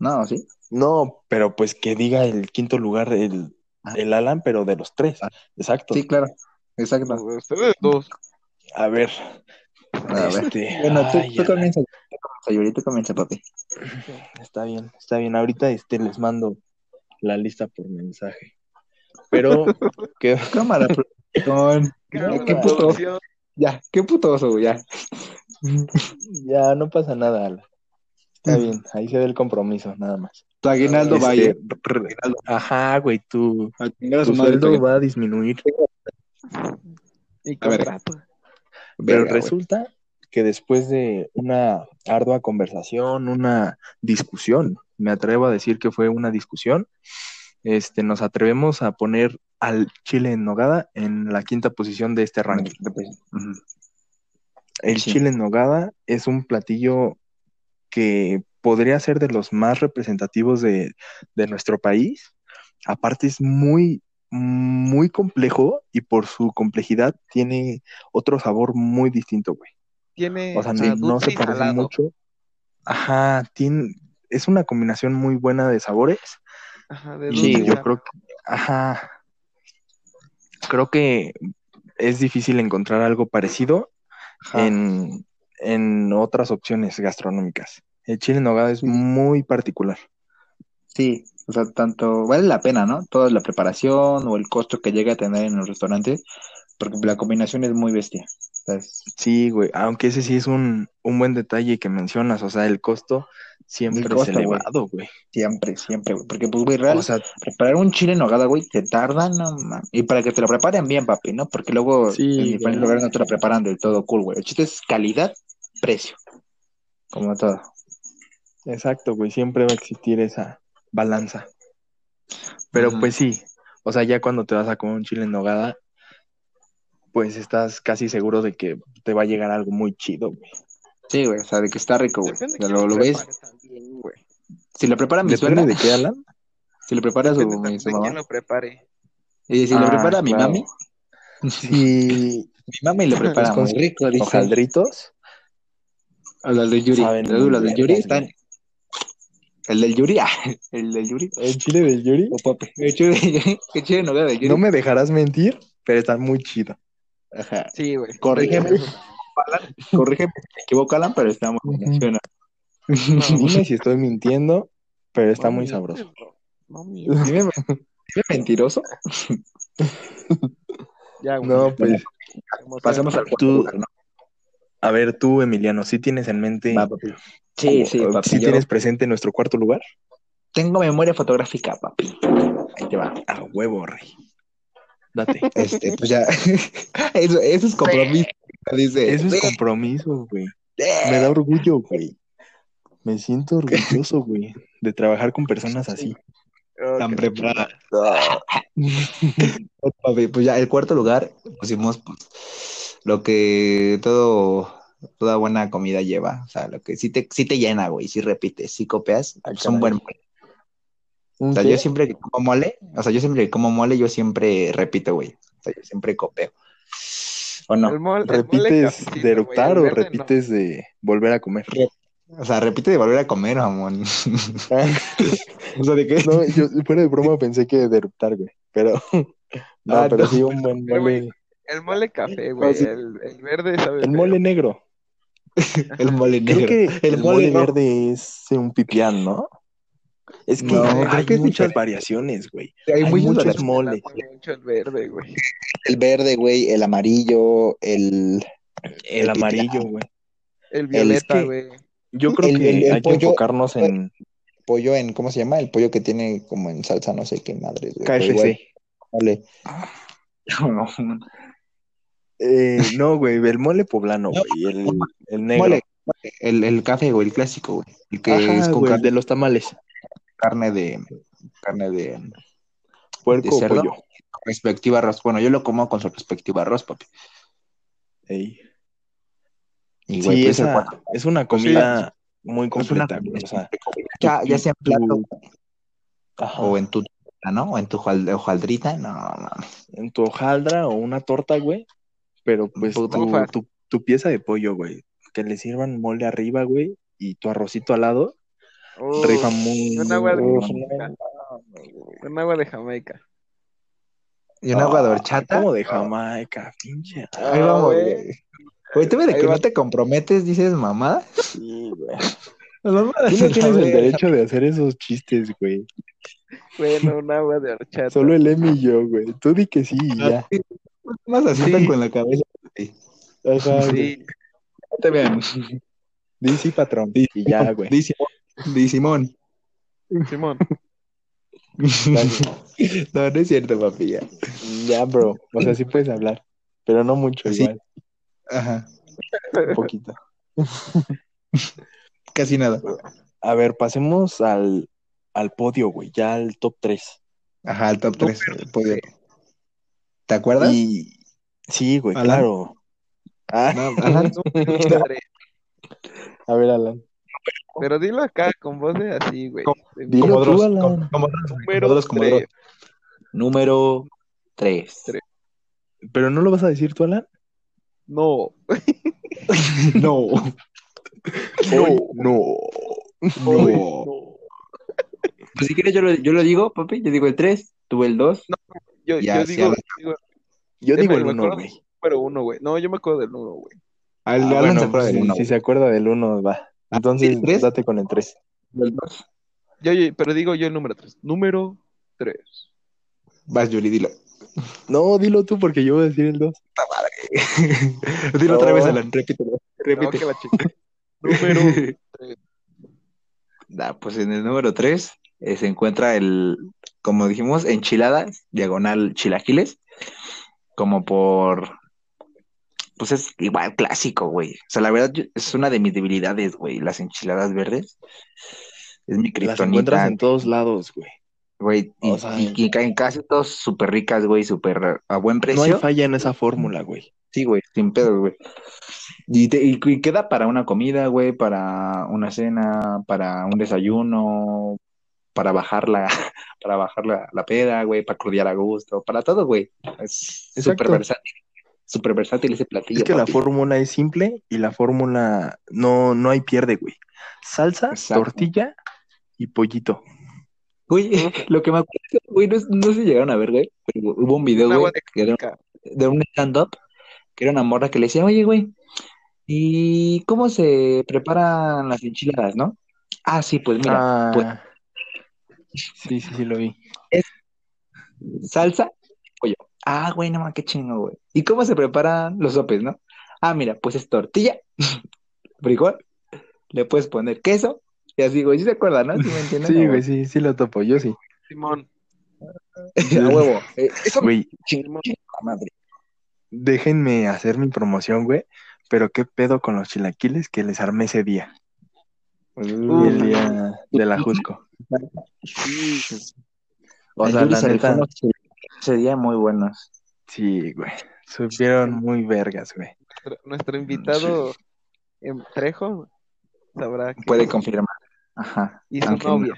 D: No, sí.
B: No, pero pues que diga el quinto lugar el,
D: Ah.
B: el Alan, pero de los tres. Exacto.
D: Sí, claro. Exacto.
C: Pues, Ustedes dos.
B: A ver.
D: A ver.
B: este,
D: Bueno, tú,
B: ay,
D: tú
B: Alan.
D: comienza. Tú comienza, Yuri, tú comienza, papi.
B: Está bien, está bien. Ahorita este, les mando la lista por mensaje. Pero, que,
D: Cámara, producción. Ya, qué
C: Cámara,
D: puto,
C: producción.
D: ya, qué putoso, ya.
B: ya no pasa nada, Alan. Está
D: Mm.
B: bien, ahí se ve el compromiso, nada más.
D: Tu aguinaldo
B: Este,
D: Valle.
B: r- Ajá, güey, tu,
D: A chingar a
B: tu
D: su madre.
B: sueldo va a disminuir.
C: Y
D: A ver.
C: contrato.
B: Pero
D: Verga, güey.
B: resulta que después de una ardua conversación, una discusión, me atrevo a decir que fue una discusión, este, nos atrevemos a poner al Chile en Nogada en la quinta posición de este ranking.
D: Ujú.
B: El
D: Sí.
B: chile en nogada es un platillo que podría ser de los más representativos de, de nuestro país. Aparte es muy, muy complejo y por su complejidad tiene otro sabor muy distinto, güey.
C: Tiene
B: O sea,
C: a
B: no
C: dulce
B: se
C: y
B: parece
C: salado.
B: mucho. Ajá, tiene, es una combinación muy buena de sabores.
C: Ajá, de
B: Y
C: dulce
D: Sí,
C: y
B: yo
C: salado.
B: creo que, ajá, creo que es difícil encontrar algo parecido
D: Ajá.
B: en, en otras opciones gastronómicas. El chile en nogada es
D: Sí.
B: muy particular.
D: Sí, o sea, tanto vale la pena, ¿no? Toda la preparación o el costo que llega a tener en los restaurantes, porque la combinación es muy bestia. O sea, es-
B: Sí, güey, aunque ese sí es un, un buen detalle que mencionas, o sea, el costo siempre
D: El
B: es
D: costo, güey.
B: elevado, güey.
D: siempre, siempre, güey. Porque, pues, güey, real,
B: O sea,
D: preparar un chile en nogada, güey, te tarda, no mames. Y para que te lo preparen bien, papi, ¿no? Porque luego
B: Sí,
D: en diferentes
B: güey.
D: lugares no te lo preparan del todo cool, güey. El chiste es calidad, precio. Como todo.
B: exacto, güey, siempre va a existir esa balanza. Pero
D: Ajá.
B: pues sí, o sea, ya cuando te vas a comer un chile en nogada, pues estás casi seguro de que te va a llegar algo muy chido, güey.
D: Sí, güey, o sea, de que está rico, güey.
C: Depende
D: O sea,
C: quién
D: lo, lo ves.
C: prepare también, güey.
D: Si lo prepara mi
B: Depende
D: suegra,
B: de qué, Alan.
D: si lo prepara su,
C: Depende también
D: su
C: de
D: mamá,
C: quién lo prepare.
D: y si
B: Ah,
D: lo prepara mi
B: claro.
D: mami,
B: Sí,
D: mi mami lo prepara
B: Pues con
D: muy rico, dice.
B: hojaldritos.
D: A las de Yuri.
B: Saben
D: Las de-
B: muy
D: las de
B: bien,
D: Yuri
B: las
D: están. El del Yuri, ah, el del Yuri.
B: El chile de Yuri.
D: O Pope. El chile el chile de nogada de Yuri.
B: No me dejarás mentir, pero está muy chido.
D: Ajá.
C: Sí, güey.
D: Corrígeme. Corrígeme si me equivoco, Alan, pero está muy
B: Ujú.
D: bueno.
B: Dime si estoy mintiendo, pero está
C: No
B: muy
C: mientes,
B: sabroso.
C: bro. No mientes.
D: Dime, dime mentiroso.
C: Ya, güey.
B: No, pues,
C: Como
D: Pasemos
C: sea.
D: al cuarto
B: Tú-
D: lugar, ¿no?
B: a ver, tú, Emiliano, ¿sí tienes en mente,
D: Va, papi. Sí, sí,
B: o-
D: papi.
B: sí
D: yo
B: tienes presente nuestro cuarto lugar?
D: Tengo memoria fotográfica, papi. Ahí te va.
B: A huevo, rey. Date.
D: Este, pues ya. eso, eso es compromiso. Dice.
B: Eso es
D: "Ve,
B: compromiso, güey.
D: ve".
B: Me da orgullo, güey. Me siento orgulloso, güey, de trabajar con personas así.
C: Ok.
D: tan preparada.
E: Ah.
D: Papi, pues ya el cuarto lugar pusimos pues, lo que todo toda buena comida lleva, o sea, lo que sí te sí te llena, güey, sí repites, sí copias,
B: Ah,
D: son
B: caray.
D: buenos.
E: O sea, yo siempre que como mole, o sea, yo siempre que como mole, yo siempre repito, güey. O sea, yo siempre copeo. ¿O no?
C: El mol- el mole
B: ¿Repites
C: cafecito,
B: de
C: güey, el
B: eructar o
C: verde no.
B: repites de volver a comer?
E: O sea, repite de volver a comer, mamón. o sea, ¿de qué?
B: No, yo fuera de broma pensé que de eructar, güey. Pero. No,
E: Ah,
B: pero
E: no.
B: sí, un buen
C: Pero,
B: mole.
C: güey, El mole café, güey.
B: sí.
C: El, el verde, ¿sabes?
B: El mole negro.
E: El mole negro.
B: Creo que el, mole,
E: rojo.
B: verde es eh, un pipián, ¿no? Es que
E: No,
B: creo
E: hay
B: que hay muchas
E: muchas.
B: variaciones, güey.
E: Hay,
B: Hay
E: muchos
B: muchos
E: colores.
B: moles.
C: Mucho el verde, güey.
E: El verde, güey, el amarillo, el...
B: El
E: El
B: amarillo,
E: pipián.
B: güey.
C: El violeta,
B: este,
E: que-
C: güey.
B: Yo creo
E: El-
B: que
E: el- el
B: hay que
E: pollo-
B: enfocarnos en
E: pollo en, ¿cómo se llama? El pollo que tiene como en salsa, no sé qué madre, güey. Pero igual,
B: KFC.
E: mole.
B: Eh, no, güey, el mole poblano,
E: No,
B: güey. El, el negro.
E: Mole, mole. El, el café, güey, el clásico, güey. El que
B: Ajá,
E: es con
B: güey,
E: carne,
B: de los tamales.
E: carne de... Carne de...
B: Puerco o
E: cerdo?
B: pollo.
E: con respectiva arroz. Bueno, yo lo como con su respectiva arroz, papi.
B: Ey.
E: Y, güey,
B: Sí,
E: pues, el
B: esa
E: cuatro-
B: es una
E: Pues sí,
B: comida muy
E: es una
B: completa, güey. O sea,
E: ya, ya sea en plato
B: ajá,
E: o en tu... ¿no? O en tu hojal- hojaldrita, no, mames.
B: en tu hojaldra o una torta, güey. Pero pues
E: Puta.
B: tu,
C: Ufa.
B: tu- tu pieza de pollo, güey. Que le sirvan mole arriba, güey. Y tu arrocito al lado.
C: Oh,
B: rifa muy.
C: un agua de-
B: muy-
C: Un agua de Jamaica.
E: Y un agua de
B: Ah,
E: horchata.
B: Como de Jamaica, pinche.
E: Ahí vamos,
C: Ah, güey.
E: güey. Güey, tú de
C: Ahí
E: que
C: va.
E: no te comprometes, dices mamada.
B: Sí, güey.
E: Mamada.
B: Tú no tienes
E: A
B: el
E: ver,
B: derecho de hacer esos chistes, güey.
C: Bueno, un agua de horchata.
B: Solo el Emi y yo, güey. Tú di que sí y ya.
E: pues, Más así
C: Sí.
E: con la cabeza.
B: Ajá, güey.
C: Sí,
E: Te vean.
B: Di sí, patrón. Y ya, güey.
E: Di Simón. Di Simón.
C: Simón.
E: No, no es cierto, papi. ya.
B: Ya, bro. O sea, sí puedes hablar. Pero no mucho,
E: Sí.
B: igual.
E: Ajá.
B: Un poquito.
E: Casi nada.
B: A ver, pasemos al, al podio, güey. Ya al top 3.
E: Ajá, el top 3. ¿Te acuerdas?
B: Y. Sí, güey,
E: Alan.
B: claro. Ah,
E: No, Alan,
B: a ver, Alan.
C: Pero dilo acá, con voz de así, güey.
E: Con-
C: De-
B: Dilo
E: como
B: tú,
E: Dross,
B: Alan.
E: como- como Dross, güey,
C: Número
E: como Dross, como
C: tres.
E: Dross. Número 3.
C: Tres.
B: ¿Pero no lo vas a decir tú, Alan?
C: No.
E: No.
B: no.
E: No.
D: Pues si quieres, yo lo, yo lo digo, papi. Yo digo el 3, tú el 2.
C: Yo,
E: Ya,
C: yo
E: sí,
C: digo,
E: habla.
C: digo
B: Yo
C: Déjame,
B: digo el
C: me
B: 1,
C: acuerdo.
B: güey.
C: número uno, güey. No, yo me acuerdo del uno, güey.
E: Al-
B: Ah,
E: Alan
B: bueno,
E: se acuerda del
B: sí,
E: uno,
B: Si se acuerda del 1, va. Entonces,
E: ¿el tres?
B: date con el 3.
E: güey.
C: Yo, yo- pero digo yo el número tres. Número tres.
E: Vas, Yuli, dilo.
B: No, dilo tú porque yo voy a decir el 2.
E: dilo otra
B: No.
E: vez, Alan, repítelo.
C: No, que la chica. número
D: Nah, pues en el número 3 se encuentra el, como dijimos, enchiladas, diagonal chilaquiles. Como por. Pues es igual clásico, güey. O sea, la verdad yo- es una de mis debilidades, güey. Las enchiladas verdes. Es mi
B: Las encuentras
D: kriptonita,
B: en todos lados, güey.
D: güey. Y,
B: o sea,
D: y- y en casi todos súper ricas, güey. Súper a buen
B: No
D: precio.
B: hay falla en esa fórmula, güey.
D: Sí, güey, sin pedos, güey. Y, te- y- y queda para una comida, güey, para una cena, para un desayuno, para bajar la, para bajar la, la peda, güey, para cordiar a gusto, para todo, güey. Es súper
B: Exacto.
D: versátil, súper versátil ese platillo.
B: Es que la
D: papi.
B: fórmula es simple y la fórmula no, no hay pierde, güey. Salsa,
D: Exacto.
B: tortilla y pollito.
D: Güey, lo que me acuerdo, es que, güey, no, no se llegaron a ver, güey, pero hubo un video,
C: Un agua
D: güey,
C: de
D: que era
C: Jamaica.
D: de un stand-up, que era una morra que le decía, oye, güey, ¿y cómo se preparan las enchiladas, no? Ah, sí, pues mira,
B: Ah,
D: pues-
B: Sí, sí, sí, lo vi.
D: salsa, pollo. Ah, güey, no mames, qué chingo, güey. ¿Y cómo se preparan los sopes, no? Ah, mira, pues es tortilla, frijol, le puedes poner queso, y así, güey, ¿sí se acuerdan, no? ¿Sí me entienden?
B: Sí,
D: No,
B: güey, sí, sí lo topo, yo sí.
C: Simón.
D: A huevo. Eh, eso me
B: Güey,
D: chingó la madre.
B: déjenme hacer mi promoción, güey. Pero qué pedo con los chilaquiles que les armé ese día. el día de la Jusco.
D: O
B: Ay,
D: sea,
B: Yuri
D: la
B: Sarita.
D: neta, sería muy buenos.
B: Sí, güey. Supieron muy vergas, güey.
C: Nuestro, nuestro invitado em, Trejo sabrá que
D: Puede confirmar. Ajá.
C: y su
D: Aunque
C: novia.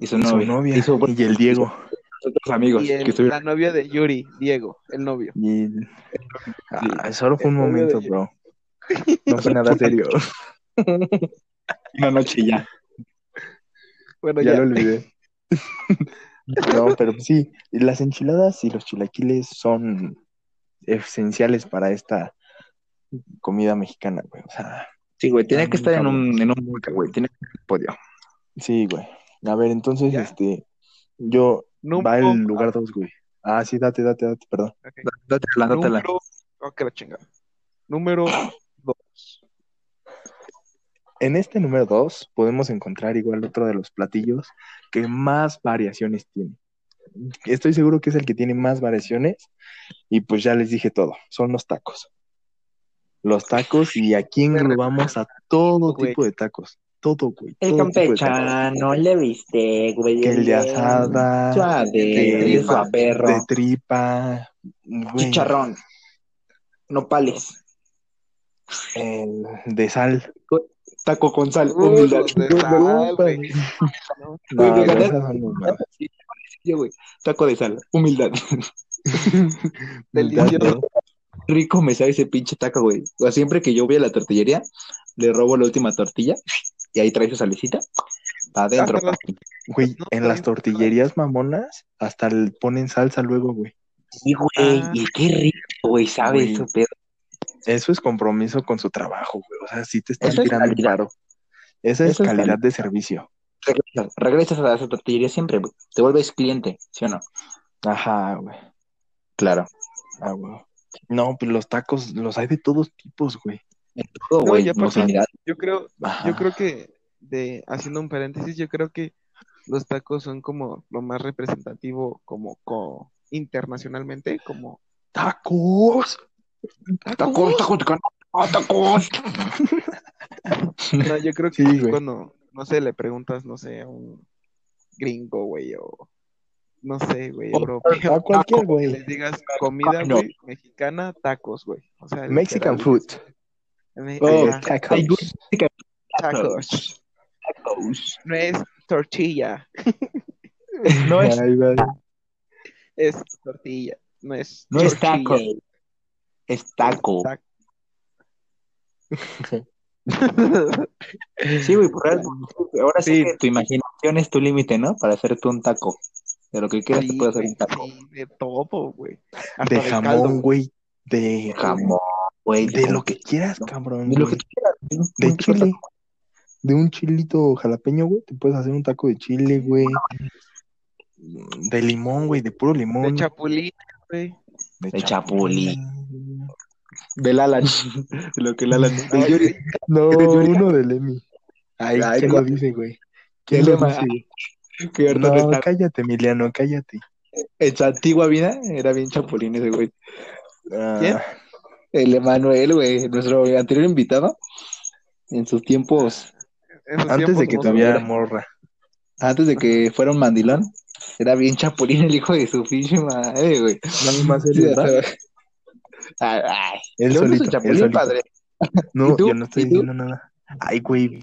D: Y su novia.
B: novia.
D: Y su-
B: Y el Diego.
D: otros amigos
C: Y el-
D: que estuvieron.
C: la novia de Yuri, Diego, el novio.
B: Y... Ah, solo fue un momento, bro. No fue nada serio.
D: Una noche y ya.
C: Bueno,
B: ya
C: ya.
B: lo olvidé. no, pero sí, las enchiladas y los chilaquiles son esenciales para esta comida mexicana, güey. O sea,
D: Sí, güey, tiene que
B: Ah,
D: estar en
B: cabrón.
D: un, en un boca, güey. Tiene que estar en el podio.
B: sí, güey. A ver, entonces,
C: ¿Ya?
B: este, yo
C: Num-
B: va el
C: pom-
B: lugar dos, güey. Ah, sí, date, date, date, perdón.
C: ah, ok.
D: Dátela, dátela.
C: Número. Oh, que la chingada. Número dos.
B: En este número dos podemos encontrar igual otro de los platillos que más variaciones tiene. Estoy seguro que es el que tiene más variaciones y pues ya les dije todo, son los tacos. Los tacos y aquí englobamos a todo
C: Güey.
B: tipo de tacos, todo güey.
F: El
B: todo tipo de tacos.
F: campechano, le viste, güey.
B: pues, Que el de asada,
F: Suave,
B: que
F: de
B: el
F: tripa, perro.
B: de tripa, güey,
F: Chicharrón. Nopales.
B: el de sal.
D: Taco con sal.
C: Uh,
D: Humildad.
C: los de sal, güey.
D: Güey,
B: No,
D: me ganaste.
B: esas son muy malas.
D: Sí, güey. Taco de sal. Humildad.
C: Delicioso.
D: Rico me sabe ese pinche taco, güey. O sea, siempre que yo voy a la tortillería, le robo la última tortilla y ahí trae su salecita. Pa' adentro.
C: Hasta las-
B: Güey,
C: No,
B: en
C: está
B: las
C: bien.
B: tortillerías mamonas hasta le ponen salsa luego, güey.
F: Sí, güey.
C: Ah.
F: Y qué rico, güey. Sabe
B: Güey.
F: eso, pero
B: Eso es compromiso con su trabajo, güey. O sea, sí te están
F: Eso es
B: tirando el
F: calidad.
B: paro. Esa es
D: Eso es
B: calidad de servicio.
D: Regresas, regresas a esa tortillería siempre, güey. Te vuelves cliente, ¿sí o no?
B: Ajá, güey.
D: Claro.
B: Ah, güey. No, pues los tacos los hay de todos tipos, güey.
D: Todo,
C: No,
D: güey.
C: y
D: o sea,
C: aparte- Yo creo,
B: Ajá.
C: yo creo que, de, haciendo un paréntesis, yo creo que los tacos son como lo más representativo como, co- internacionalmente, como
B: ¡Tacos!
D: tacos, tacos, tacos, tacos.
C: No, yo creo que
B: Sí, güey.
C: cuando, no sé, le preguntas, no sé, a un gringo, güey, o no sé, güey, europeo,
B: A cualquier,
C: que
B: güey.
C: les digas comida,
D: No.
C: güey, mexicana, tacos, güey. O sea,
B: Mexican
C: literal.
B: food.
C: Me-
B: Oh,
C: ajá,
D: Ay, güey,
B: tacos.
C: tacos.
D: tacos.
C: No es tortilla,
D: No es
B: Ay, güey.
C: es tortilla, no es
D: No es
C: tortilla,
D: taco, es taco.
C: taco.
D: Sí, güey, por algo. Ahora sí,
B: Sí.
D: que tu imaginación es tu límite, ¿no? Para hacerte un taco. De lo que quieras,
C: Sí,
D: te puedes hacer
C: güey,
D: un taco.
C: sí, de todo, güey. Hasta
B: De
C: del caldo,
B: jamón, güey. De
D: Jamón, güey.
B: De lo que quieras, cabrón.
D: De lo que
B: güey.
D: quieras.
B: De chile. De un chilito jalapeño, güey. Te puedes hacer un taco de chile, güey. De limón, güey. De puro
C: güey.
B: limón.
C: De chapulín, güey.
B: De,
D: De
B: chapulín.
D: Del Alan. De lo que el Alan. De
C: Ay,
D: Yuri.
C: güey,
B: No,
D: ¿Eres Yuri?
B: uno del Emi. Ay,
D: Ay,
B: ¿quién
D: ¿cuál?
B: lo dice, güey?
D: ¿Quién
B: ¿Quién lo
D: lo
B: dice? güey?
D: Que ahorita no
B: No,
D: está.
B: cállate, Emiliano, cállate.
D: En su antigua vida era bien chapulín ese güey.
B: Ah,
C: ¿Quién?
D: Pues El Emanuel, güey. Nuestro anterior invitado. En sus tiempos.
C: en sus
B: Antes de
C: tiempos
D: pues,
B: que
C: no
B: tuviera
C: era.
B: morra.
D: Antes de que fuera un mandilón. Era bien chapulín el hijo de su pinche madre, güey.
B: Nada más él,
D: Sí,
B: ¿verdad?
D: hasta- Ay, ay.
B: Él
D: Yo no soy
B: solito, él
D: chapulín,
B: solito.
D: padre.
B: No,
D: ¿Y tú?
B: yo no estoy
D: ¿Y tú?
B: diciendo nada. Ay, güey.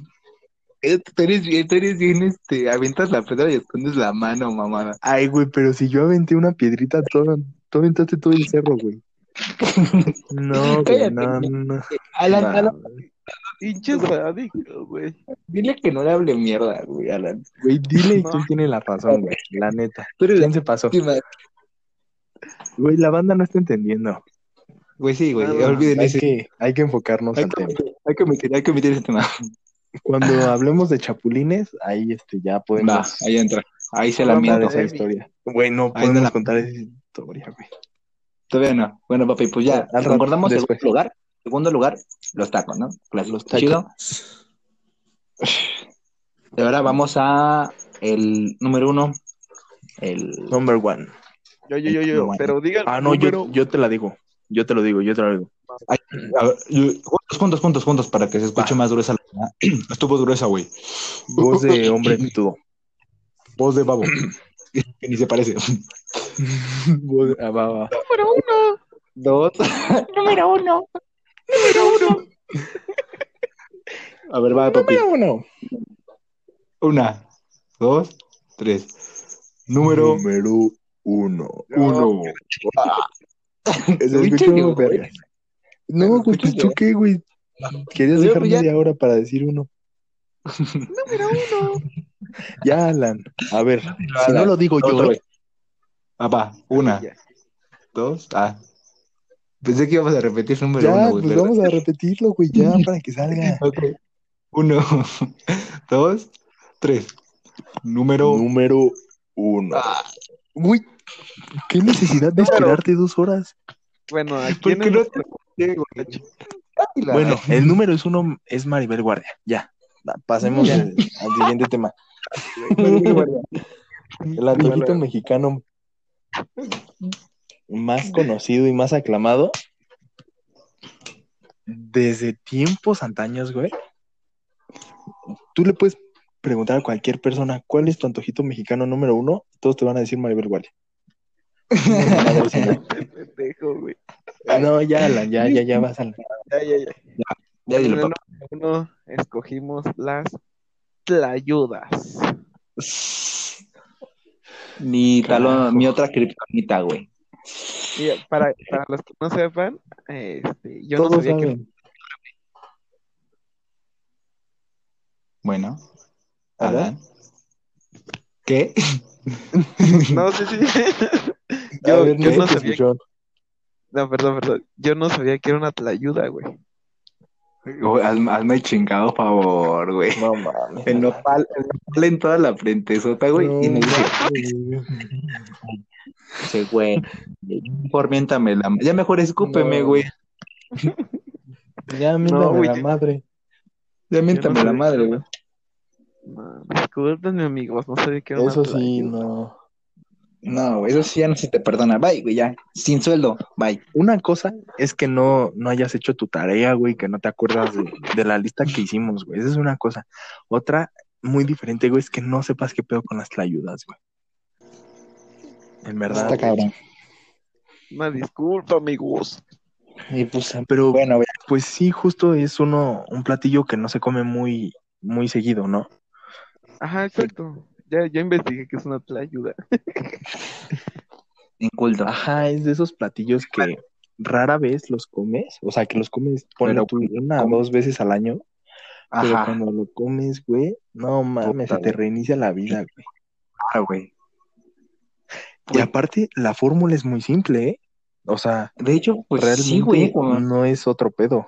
D: Eh, Tú eres bien, tú eres bien, este, avientas la piedra y escondes la mano, mamada.
B: Ay, güey, pero si yo aventé una piedrita, todo, todo aventaste todo el cerro, güey. No, güey,
D: Cállate,
B: no, no.
D: Alan,
B: Nah,
D: Alan,
B: güey.
C: Pinches adictos, güey.
D: dile que no le hable mierda, güey, Alan.
B: Güey, dile y
C: No.
B: quién tiene la razón, güey. La neta.
D: Tú eres
B: ¿Quién se pasó?
D: víctima.
B: Güey, la banda no está entendiendo.
D: Güey, sí, güey,
C: No, no,
D: olviden
B: Hay
D: ese.
B: que, hay que enfocarnos
D: Hay
B: al
D: Ah, que,
B: tema.
D: omitir- hay, que omitir, hay que omitir ese tema.
B: Cuando hablemos de chapulines, ahí este ya
D: Va,
B: podemos
D: ahí entra. Ahí se
C: Vamos a
B: contar
D: lamenta.
C: ver.
B: esa historia. Güey, no
D: Ahí no
B: podemos
D: la-
B: contar esa historia, güey.
D: Todavía no. Bueno, papi, pues ya,
B: Al rato,
D: concordamos en
B: después.
D: segundo lugar. Segundo lugar, los tacos, ¿no? Clásico,
B: Los tacos.
D: chido. Y ahora vamos a el número uno. El
B: Number one.
C: Yo, yo, yo, yo,
D: Bueno.
C: pero digan
B: Ah, no,
C: número,
B: yo, yo te la digo. Yo te lo digo, yo te lo digo.
D: A ver, yo- juntos, juntos, juntos, juntos, para que se escuche más gruesa la Estuvo gruesa, güey.
B: Voz de hombre pitudo.
D: Voz de babo. que ni se parece.
B: Voz de- ah, va, va.
D: Dos.
F: Número uno.
D: A ver, va, papi.
B: Número uno.
D: Una, dos,
G: Tres. Número
B: Número uno. Ah.
G: uno.
B: Se escuchó
G: Escúchalo,
B: muy vergas. No, güey, pues tú qué, güey. Querías
G: Yo,
B: dejar
G: pues, ya-
B: media hora para decir uno.
C: Número uno.
B: Ya, Alan. A ver, si no
G: Alan.
B: lo digo
G: Otra
B: yo,
G: vez. Ah, va. Una,
C: Ya.
G: dos, ah. Pensé que íbamos a repetir número
B: ya,
G: uno, güey.
B: pues
G: ¿verdad?
B: vamos a repetirlo, güey, ya, para que salga.
G: Ok. Uno, dos, tres. Número.
B: Número uno.
G: Ah,
B: Güey, qué necesidad de esperarte dos horas.
C: Bueno, aquí
G: ¿Por
C: en
G: qué
C: el-
G: no te Sí, güey. Ay, la-
B: Bueno, el número es uno, es Maribel Guardia. Ya. Va, Pasemos
G: Ya.
B: al, al siguiente tema. El antojito mexicano más conocido y más aclamado desde tiempos antaños, güey. Tú le puedes preguntar a cualquier persona cuál es tu antojito mexicano número uno, todos te van a decir Maribel Guardia.
C: Pendejo, güey.
B: No, ya, Alan, ya, ya, ya vas, Alan.
C: Ya, ya, ya.
G: Ya
C: En
G: dilo,
C: el
G: papá.
C: número uno escogimos las tlayudas.
D: Mi
B: Carajo.
D: talón, mi otra criptonita, güey.
C: Y para, para los que no sepan, este, yo no
B: Todos
C: sabía que
B: saben.
G: Bueno,
B: Alan.
G: Alan. ¿Qué?
C: No, sí, sí.
B: A
C: Yo,
B: ver,
C: yo
B: sé
C: no
B: qué
C: sabía.
B: escuchó.
C: No, perdón, perdón. Yo no sabía que era una tlayuda, güey.
D: Güey, Hazme hazme el chingado favor, güey.
B: No mames.
D: El nopal, el nopal en toda la frente, sota, güey. y me dice, "Ese güey, formiéntame la. Ya mejor escúpeme,
B: No.
D: güey.
B: Ya,
C: No,
B: métame
C: güey,
B: la
C: yo-
B: madre.
D: Ya miéntame la
C: sabía.
D: madre, güey.
C: No, discúlpenme, amigos. No sabía que era una
B: Eso sí,
C: tlayuda.
B: no.
D: No, güey, eso sí ya no se te perdona. Bye, güey, ya. Sin sueldo, bye.
B: Una cosa es que no, no hayas hecho tu tarea, güey, que no te acuerdas de, de la lista que hicimos, güey. Esa es una cosa. Otra muy diferente, güey, es que no sepas qué pedo con las tlayudas, güey. En verdad.
H: Está cabrón.
C: Una disculpa, amigos.
H: Y pues,
B: Pero,
H: bueno, güey,
B: pues sí, justo es uno, un platillo que no se come muy, muy seguido, ¿no?
C: Ajá, exacto. Ya, ya investigué que es una tlayuda.
D: Inculto.
B: Ajá, es de esos platillos que rara vez los comes, o sea, que los comes ponle
D: Pero,
B: tú, una o
D: ¿cómo?
B: dos veces al año, pero
D: Ajá,
B: cuando lo comes, güey, no mames,
D: Puta,
B: se te reinicia la vida, güey.
D: claro, ah, güey.
B: Y
D: Güey.
B: aparte, la fórmula es muy simple, ¿eh? O sea,
D: De hecho, pues
B: realmente
D: sí, güey. como-
B: no es otro pedo.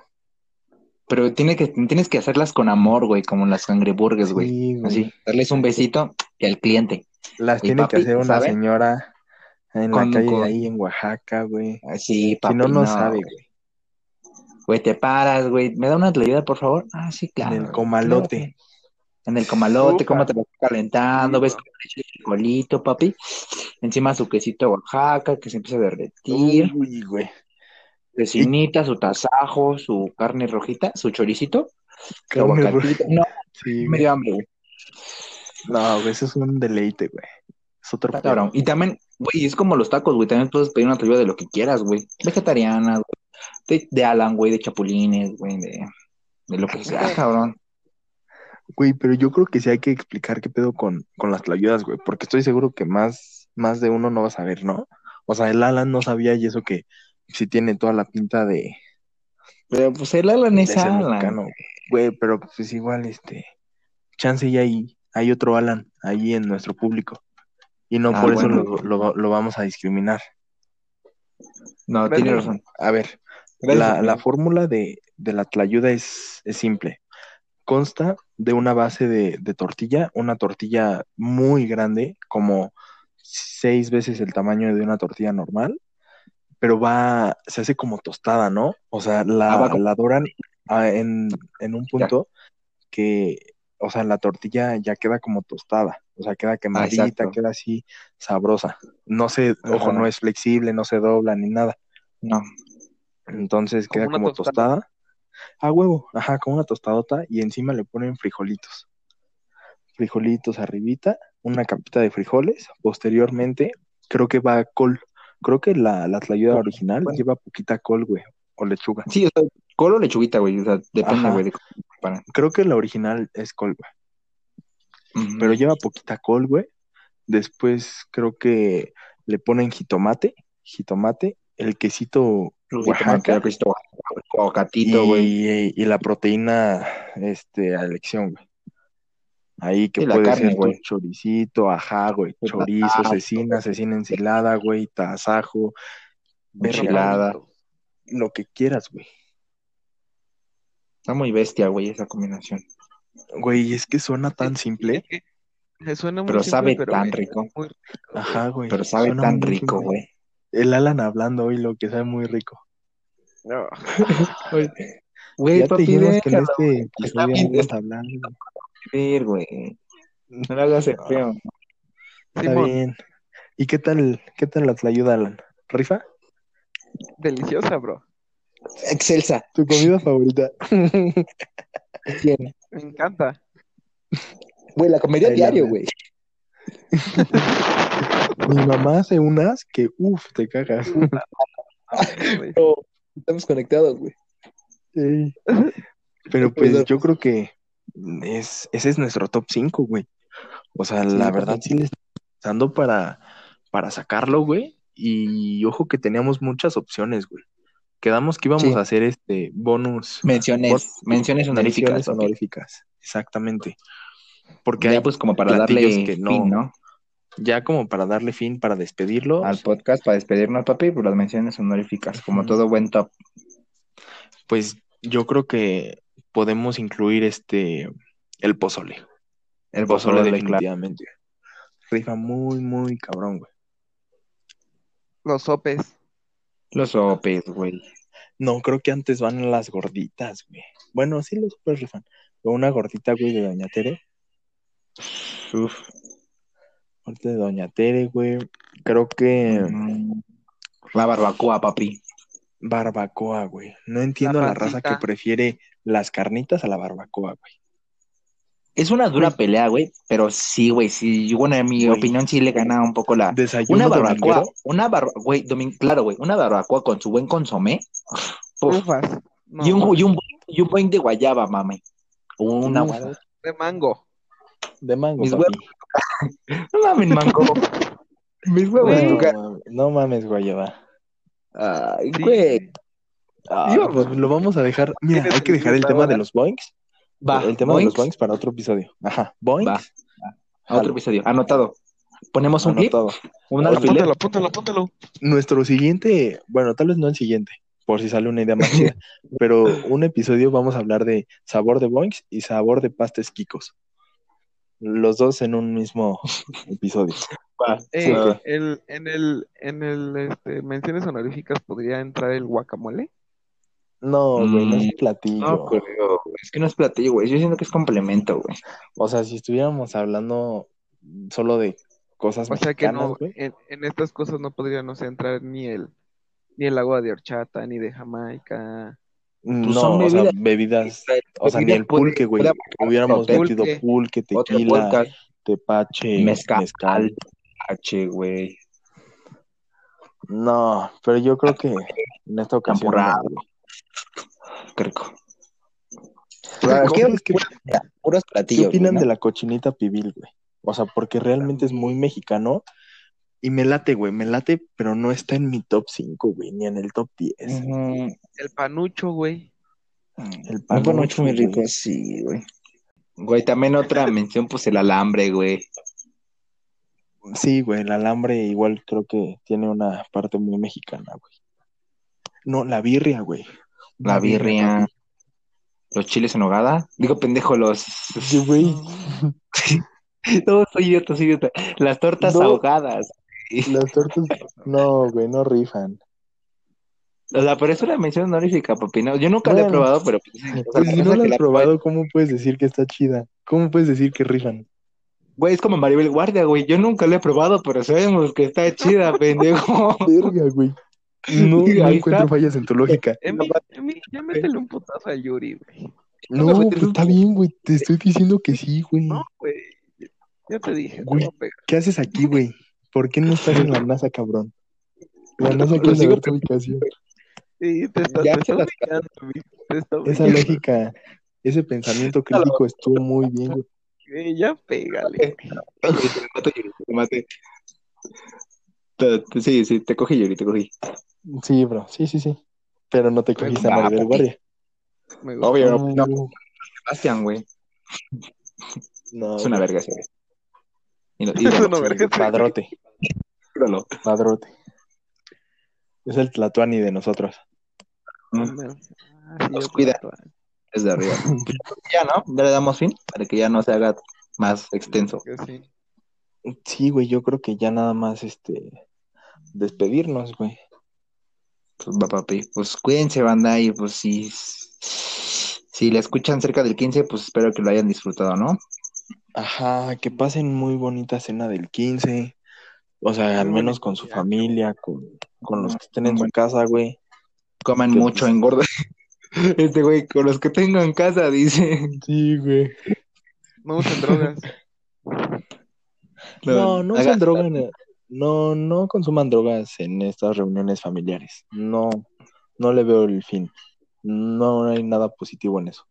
D: Pero tiene que, tienes que hacerlas con amor, güey, como las cangreburgues, Pues, güey.
B: Sí, güey.
D: Así, darles un besito y al cliente.
B: Las
D: Y
B: tiene
D: papi,
B: que hacer una
D: ¿sabe?
B: señora en
D: Con-
B: la calle
D: con-
B: ahí en Oaxaca, güey.
D: Así,
B: Si
D: papi,
B: no, no, sabe,
D: güey.
B: güey.
D: Güey, te paras, güey. ¿Me da una tlayuda, por favor? Ah, sí, claro.
B: en el
D: güey,
B: comalote.
D: claro, güey. En el comalote,
C: Ufa.
D: cómo te vas calentando,
C: Sí,
D: ves
C: güey.
D: cómo le echa el colito, papi. Encima su quesito Oaxaca, que se empieza a derretir.
B: Uy, güey.
D: Vecinita, su tasajo, su carne rojita, su choricito, su
B: Carne
D: aguacatito. No,
B: Sí,
D: me
B: güey.
D: dio hambre, güey.
B: No, güey, eso es un deleite, güey. Es otro
D: Está
B: pedo.
D: cabrón. Y también, güey, es como los tacos, güey. También puedes pedir una tlayuda de lo que quieras, güey. Vegetariana, güey. De, de Alan, güey, de chapulines, güey, de, de lo que sea, cabrón.
B: Güey, pero yo creo que sí hay que explicar qué pedo con, con las tlayudas, güey, porque estoy seguro que más, más de uno no va a saber, ¿no? O sea, el Alan no sabía y eso que sí tiene toda la pinta de,
D: Pero pues el Alan
B: de
D: es
B: ser
D: Alan.
B: mexicano, güey, pero pues igual, este, chance y hay, hay otro Alan ahí en nuestro público. Y no
D: Ah,
B: por eso
D: bueno.
B: lo, lo- lo vamos a discriminar.
D: No,
C: Gracias.
D: tiene razón.
B: A ver,
D: Gracias,
B: la, la
D: amigo.
B: fórmula de, de la tlayuda es, es simple. Consta de una base de, de tortilla, una tortilla muy grande, como seis veces el tamaño de una tortilla normal, pero va, se hace como tostada, ¿no? O sea, la,
D: Ah, va como-
B: la doran ah, en, en un punto que, o sea, la tortilla ya queda como tostada, o sea, queda quemadita,
D: Ah, exacto.
B: queda así sabrosa. No se, ojo,
D: Ajá.
B: no es flexible, no se dobla ni nada.
D: No.
B: Entonces
C: Como
B: queda
C: una
B: como
C: tostada.
B: tostada. A huevo, ajá, como una tostadota y encima le ponen frijolitos. Frijolitos arribita, una capita de frijoles. Posteriormente, creo que va col. Creo que la, la tlayuda original lleva poquita col, güey, o lechuga.
D: Sí, o sea, col o lechuguita, güey. O sea, depende,
B: Ajá.
D: güey, de cómo lo preparan.
B: Creo que la original es col, güey, pero lleva poquita col, güey. Después creo que le ponen jitomate, jitomate, el quesito Oaxaca
D: Aguacatito, güey.
B: y, y la proteína este, a elección, güey. Ahí que
D: Y la
B: puede
D: carne,
B: ser tu
D: güey.
B: choricito, ajá, güey,
D: El
B: chorizo,
D: tasajo,
B: cecina, cecina ensilada, güey, tasajo, berro
D: Enchilada.
B: bonito, lo que quieras, güey.
D: Está muy bestia, güey, esa combinación.
B: Güey, es que suena tan simple.
C: Me suena muy
D: Pero
C: simple,
D: sabe
C: pero,
D: tan
C: güey,
D: rico.
C: muy rico, güey.
B: Ajá, güey.
D: Pero sabe
B: suena
D: tan
B: muy
D: rico,
B: simple.
D: güey.
B: El Alan hablando hoy, lo que sabe muy rico.
C: No,
D: Güey,
B: ya te
D: papi,
B: dijimos
D: ver,
B: que en este
D: Está
B: episodio
D: bien,
B: no ibas
D: está
B: a hablar, güey.
D: güey. No le hagas el feo.
B: Está
C: Simón,
B: bien. ¿Y qué tal, qué tal la tlayuda, Alan? ¿Rifa?
C: deliciosa, bro.
D: Excelsa.
B: ¿Tu comida favorita?
C: Me encanta.
D: Güey, la comedia
B: Ahí la
D: diario,
B: ves.
D: güey.
B: Mi mamá hace unas que, uff, te cagas.
C: güey.
D: No, estamos conectados, güey.
B: Ey. Pero pues yo creo que es, ese es nuestro top 5, güey. O sea, la verdad sí le estamos pensando para, para sacarlo, güey. Y ojo que teníamos muchas opciones, güey. Quedamos que íbamos
D: Sí.
B: a hacer este bonus.
D: Menciones, menciones honoríficas.
B: menciones
D: papi.
B: honoríficas. Exactamente. Porque hay
D: Ya, pues, como para
B: platillos
D: darle
B: que no-
D: fin, ¿no?
B: ya como para darle fin, para despedirlo,
D: Al podcast para despedirnos, papi, por las menciones honoríficas, como
B: Ujú.
D: todo buen top.
B: pues yo creo que podemos incluir este el pozole.
D: El
B: Pozole,
D: pozole, claro.
B: definitivamente. Rifa muy, muy cabrón, güey.
C: Los sopes.
D: Los sopes, güey.
B: No, creo que antes van las gorditas, güey. Bueno, sí los super rifan. Pero una gordita, güey, de Doña Tere.
D: Uf.
B: Gordita de Doña Tere, güey. Creo que
D: Mm. La barbacoa, papi.
B: barbacoa, güey. No entiendo la, raza
C: pancita.
B: que prefiere las carnitas a la barbacoa, güey.
D: Es una dura pelea, güey, pero sí, güey, sí, bueno, en mi
B: Güey.
D: opinión sí le gana un poco la...
B: Desayuno
D: Ah, Una barbacoa,
B: dominguero.
D: una barbacoa, güey, domin- claro, güey, una barbacoa con su buen consomé Uf.
C: Ufas. No,
D: y, un, y, un, y un buen de guayaba, mami. Una
B: Ufa,
D: guayaba.
C: De mango.
B: de mango,
D: Mis
B: papi.
D: No mames, mango. Mis huevos en
C: Güey.
D: tu cara.
B: No, mames, no mames, guayaba.
D: Ay,
C: Sí,
D: güey.
B: Ah,
D: Yo-
B: pues lo vamos a dejar. Mira, hay que dejar el tema de los boinks.
D: Va,
B: el tema de los
D: boinks.
B: boinks para otro episodio. Ajá, boinks.
D: Va. A otro
B: Jalo.
D: episodio. Anotado. Ponemos un clip,
B: Anotado.
D: un alfiler.
C: Apúntalo, apúntalo, apúntalo.
B: Nuestro siguiente, bueno, tal vez no el siguiente, por si sale una idea más chida, pero un episodio vamos a hablar de sabor de boings y sabor de pastes quicos. Los dos en un mismo episodio.
D: Va.
C: Eh,
D: Sí, ok.
C: el, en el, en el, este, menciones honoríficas podría entrar el guacamole.
B: No, güey, no es
D: Mm,
B: platillo.
D: No, creo, güey. es que no es platillo, güey. Yo siento que es complemento, güey.
B: o sea, si estuviéramos hablando solo de cosas
C: O sea que no,
B: mexicanas,
C: pues
B: güey.
C: en, en estas cosas no podría, no sé, entrar ni el, ni el agua de horchata, ni de Jamaica.
B: No,
D: son
B: o sea,
D: bebidas-
B: bebidas, o sea, ni
D: Bebidas
B: el
D: puede-
B: pulque, güey.
D: puede
B: Hubiéramos
D: Pulque,
B: metido pulque,
D: Otro
B: tequila,
D: podcast.
B: tepache,
D: Mezcal.
B: mezcal.
D: H, güey.
B: No, pero yo creo que en esta ocasión no,
D: Champurrado.
B: güey.
D: Qué rico.
B: Pero,
D: Quiero
B: ¿ustedes qué,
D: puros
B: qué
D: platillos,
B: opinan
D: güey, ¿no?
B: de la cochinita pibil, güey? O sea, porque realmente es muy mexicano y me late, güey, me late, pero no está en mi top 5, güey, ni en el top 10.
D: Ujú.
C: El panucho, güey.
B: El
D: Ah, bueno, es
B: panucho,
D: muy
B: güey.
D: rico, sí, güey. Güey, también otra mención, pues el alambre, güey.
B: Sí, güey, el alambre igual creo que tiene una parte muy mexicana, güey. No, la birria, güey.
D: La
B: Una
D: birria.
B: papi.
D: Los chiles en hogada. Digo, pendejo, los.
B: Sí, güey,
D: No, soy idiota, soy idiota. Las tortas
B: No.
D: ahogadas.
B: las tortas, no, güey, no rifan.
D: O sea, pero es una mención honorífica, papi. No, yo nunca la he
B: Bueno.
D: probado, pero. pues, o sea,
B: Pues
D: la
B: si no
D: raza
B: la
D: que
B: has
D: la prueba-
B: probado, ¿cómo puedes decir que está chida? ¿Cómo puedes decir que rifan?
D: Güey, es como Maribel Guardia, güey. Yo nunca la he probado, pero sabemos que está chida, pendejo.
B: Verga, güey. No,
D: Sí,
B: no
D: ahí
B: encuentro
D: está.
B: fallas en tu lógica.
C: Emi, Emi, ya métele un putazo al Yuri, güey.
B: No, pero está bien, güey. Te estoy diciendo que sí, güey.
C: No, güey. Ya te dije,
B: Güey.
C: te voy a pegar.
B: ¿Qué haces aquí, güey? ¿Por qué no estás en la NASA, cabrón? La NASA
D: Lo
B: quiere
D: sigo
B: saber tu ubicación.
C: Sí, te está,
D: Ya
C: te está
D: se las-
C: ubicando, güey. Te
B: Esa
C: está ubicando.
B: lógica, ese pensamiento crítico estuvo muy bien, güey.
C: Güey, ya pégale.
D: Te mato, Yuri, te maté. Te- te- Sí, sí, te cogí, Yuri, te cogí.
B: Sí, bro, sí, sí, sí. Pero no te cogiste a
D: Ah,
B: Maribel
D: papi.
B: Guardia.
C: Me gusta.
D: Obvio, no, no,
B: Uh,
D: Sebastián, güey.
B: no,
D: Es una
B: güey.
D: verga, ese güey. Y no-
C: Es
D: ídolo,
C: una verga.
B: Padrote,
D: ídolo.
B: padrote. Es el Tlatuani de nosotros.
C: Ah, sí,
D: Los
C: otro
D: cuida.
C: dato.
D: Es de arriba. Pues ya, ¿no? Ya le damos fin para que ya no se haga más extenso.
C: Creo que sí.
B: Sí, güey, yo creo que ya nada más, este, despedirnos, güey.
D: Pues va, papi. Pues cuídense, banda, y pues si, si la escuchan cerca del 15, pues espero que lo hayan disfrutado, ¿no?
B: Ajá, que pasen muy bonita cena del 15. O sea, al
C: Muy
B: menos
C: bonito
B: con su
C: día.
B: familia, con, con los que estén en
D: Muy
B: su casa, güey.
D: Coman
B: Que,
D: mucho,
B: pues-
D: engorden. Este güey, con los que tengo en casa, dice.
B: Sí, güey.
C: No usen drogas.
B: No, no
D: haga-
B: usen droga, en- no, no consuman drogas en estas reuniones familiares. No, no le veo el fin. No hay nada positivo en eso.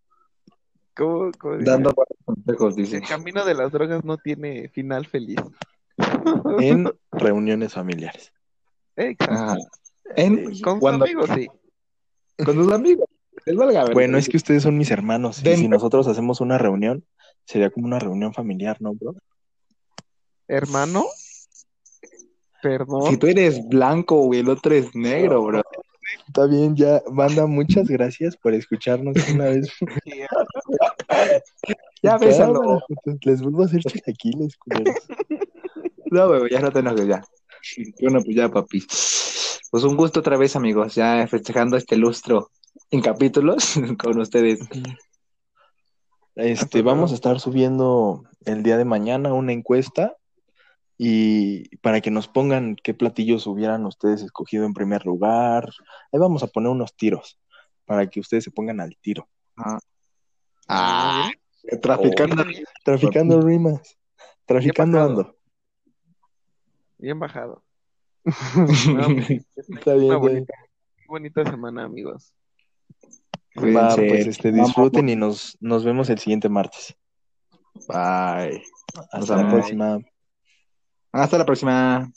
C: ¿Cómo, cómo dice?
D: Dando buenos consejos, dice.
C: El camino de las drogas no tiene final feliz.
B: En reuniones familiares.
C: Exacto.
D: Ajá. En,
C: Sí, Eh, Con sus
D: ah, cuando-
C: amigos, sí.
D: con sus amigos. Les valga verga.
B: Bueno, es que ustedes son mis hermanos. Y
D: Den-
B: si nosotros hacemos una reunión, sería como una reunión familiar, ¿no, bro?
C: Hermano, perdón.
D: Si tú eres blanco, güey, el otro es negro, bro.
B: Está bien, ya, banda, muchas gracias por escucharnos una vez.
D: Ya bésalo.
B: Les vuelvo a hacer chilaquiles, culeros.
D: No, bebé, ya no te enojes, ya. Bueno, pues ya, papi. Pues un gusto otra vez, amigos, ya festejando este lustro en capítulos con ustedes.
B: Este,
C: Hasta
B: vamos
C: luego.
B: a estar subiendo el día de mañana una encuesta y para que nos pongan qué platillos hubieran ustedes escogido en primer lugar. Ahí vamos a poner unos tiros para que ustedes se pongan al tiro.
D: Ah, traficando.
B: Traficando rimas, traficando
C: pasado?
B: ando.
C: Bien bajado. No, pues,
D: Cuídense.
C: que tengan
B: Está bien,
C: una
B: está bien.
C: bonita, bonita semana, amigos.
B: Va, pues este,
D: Vamos.
B: disfruten y nos, nos vemos el siguiente martes.
D: Bye.
B: Hasta la
D: vemos.
B: próxima.
D: Hasta la próxima.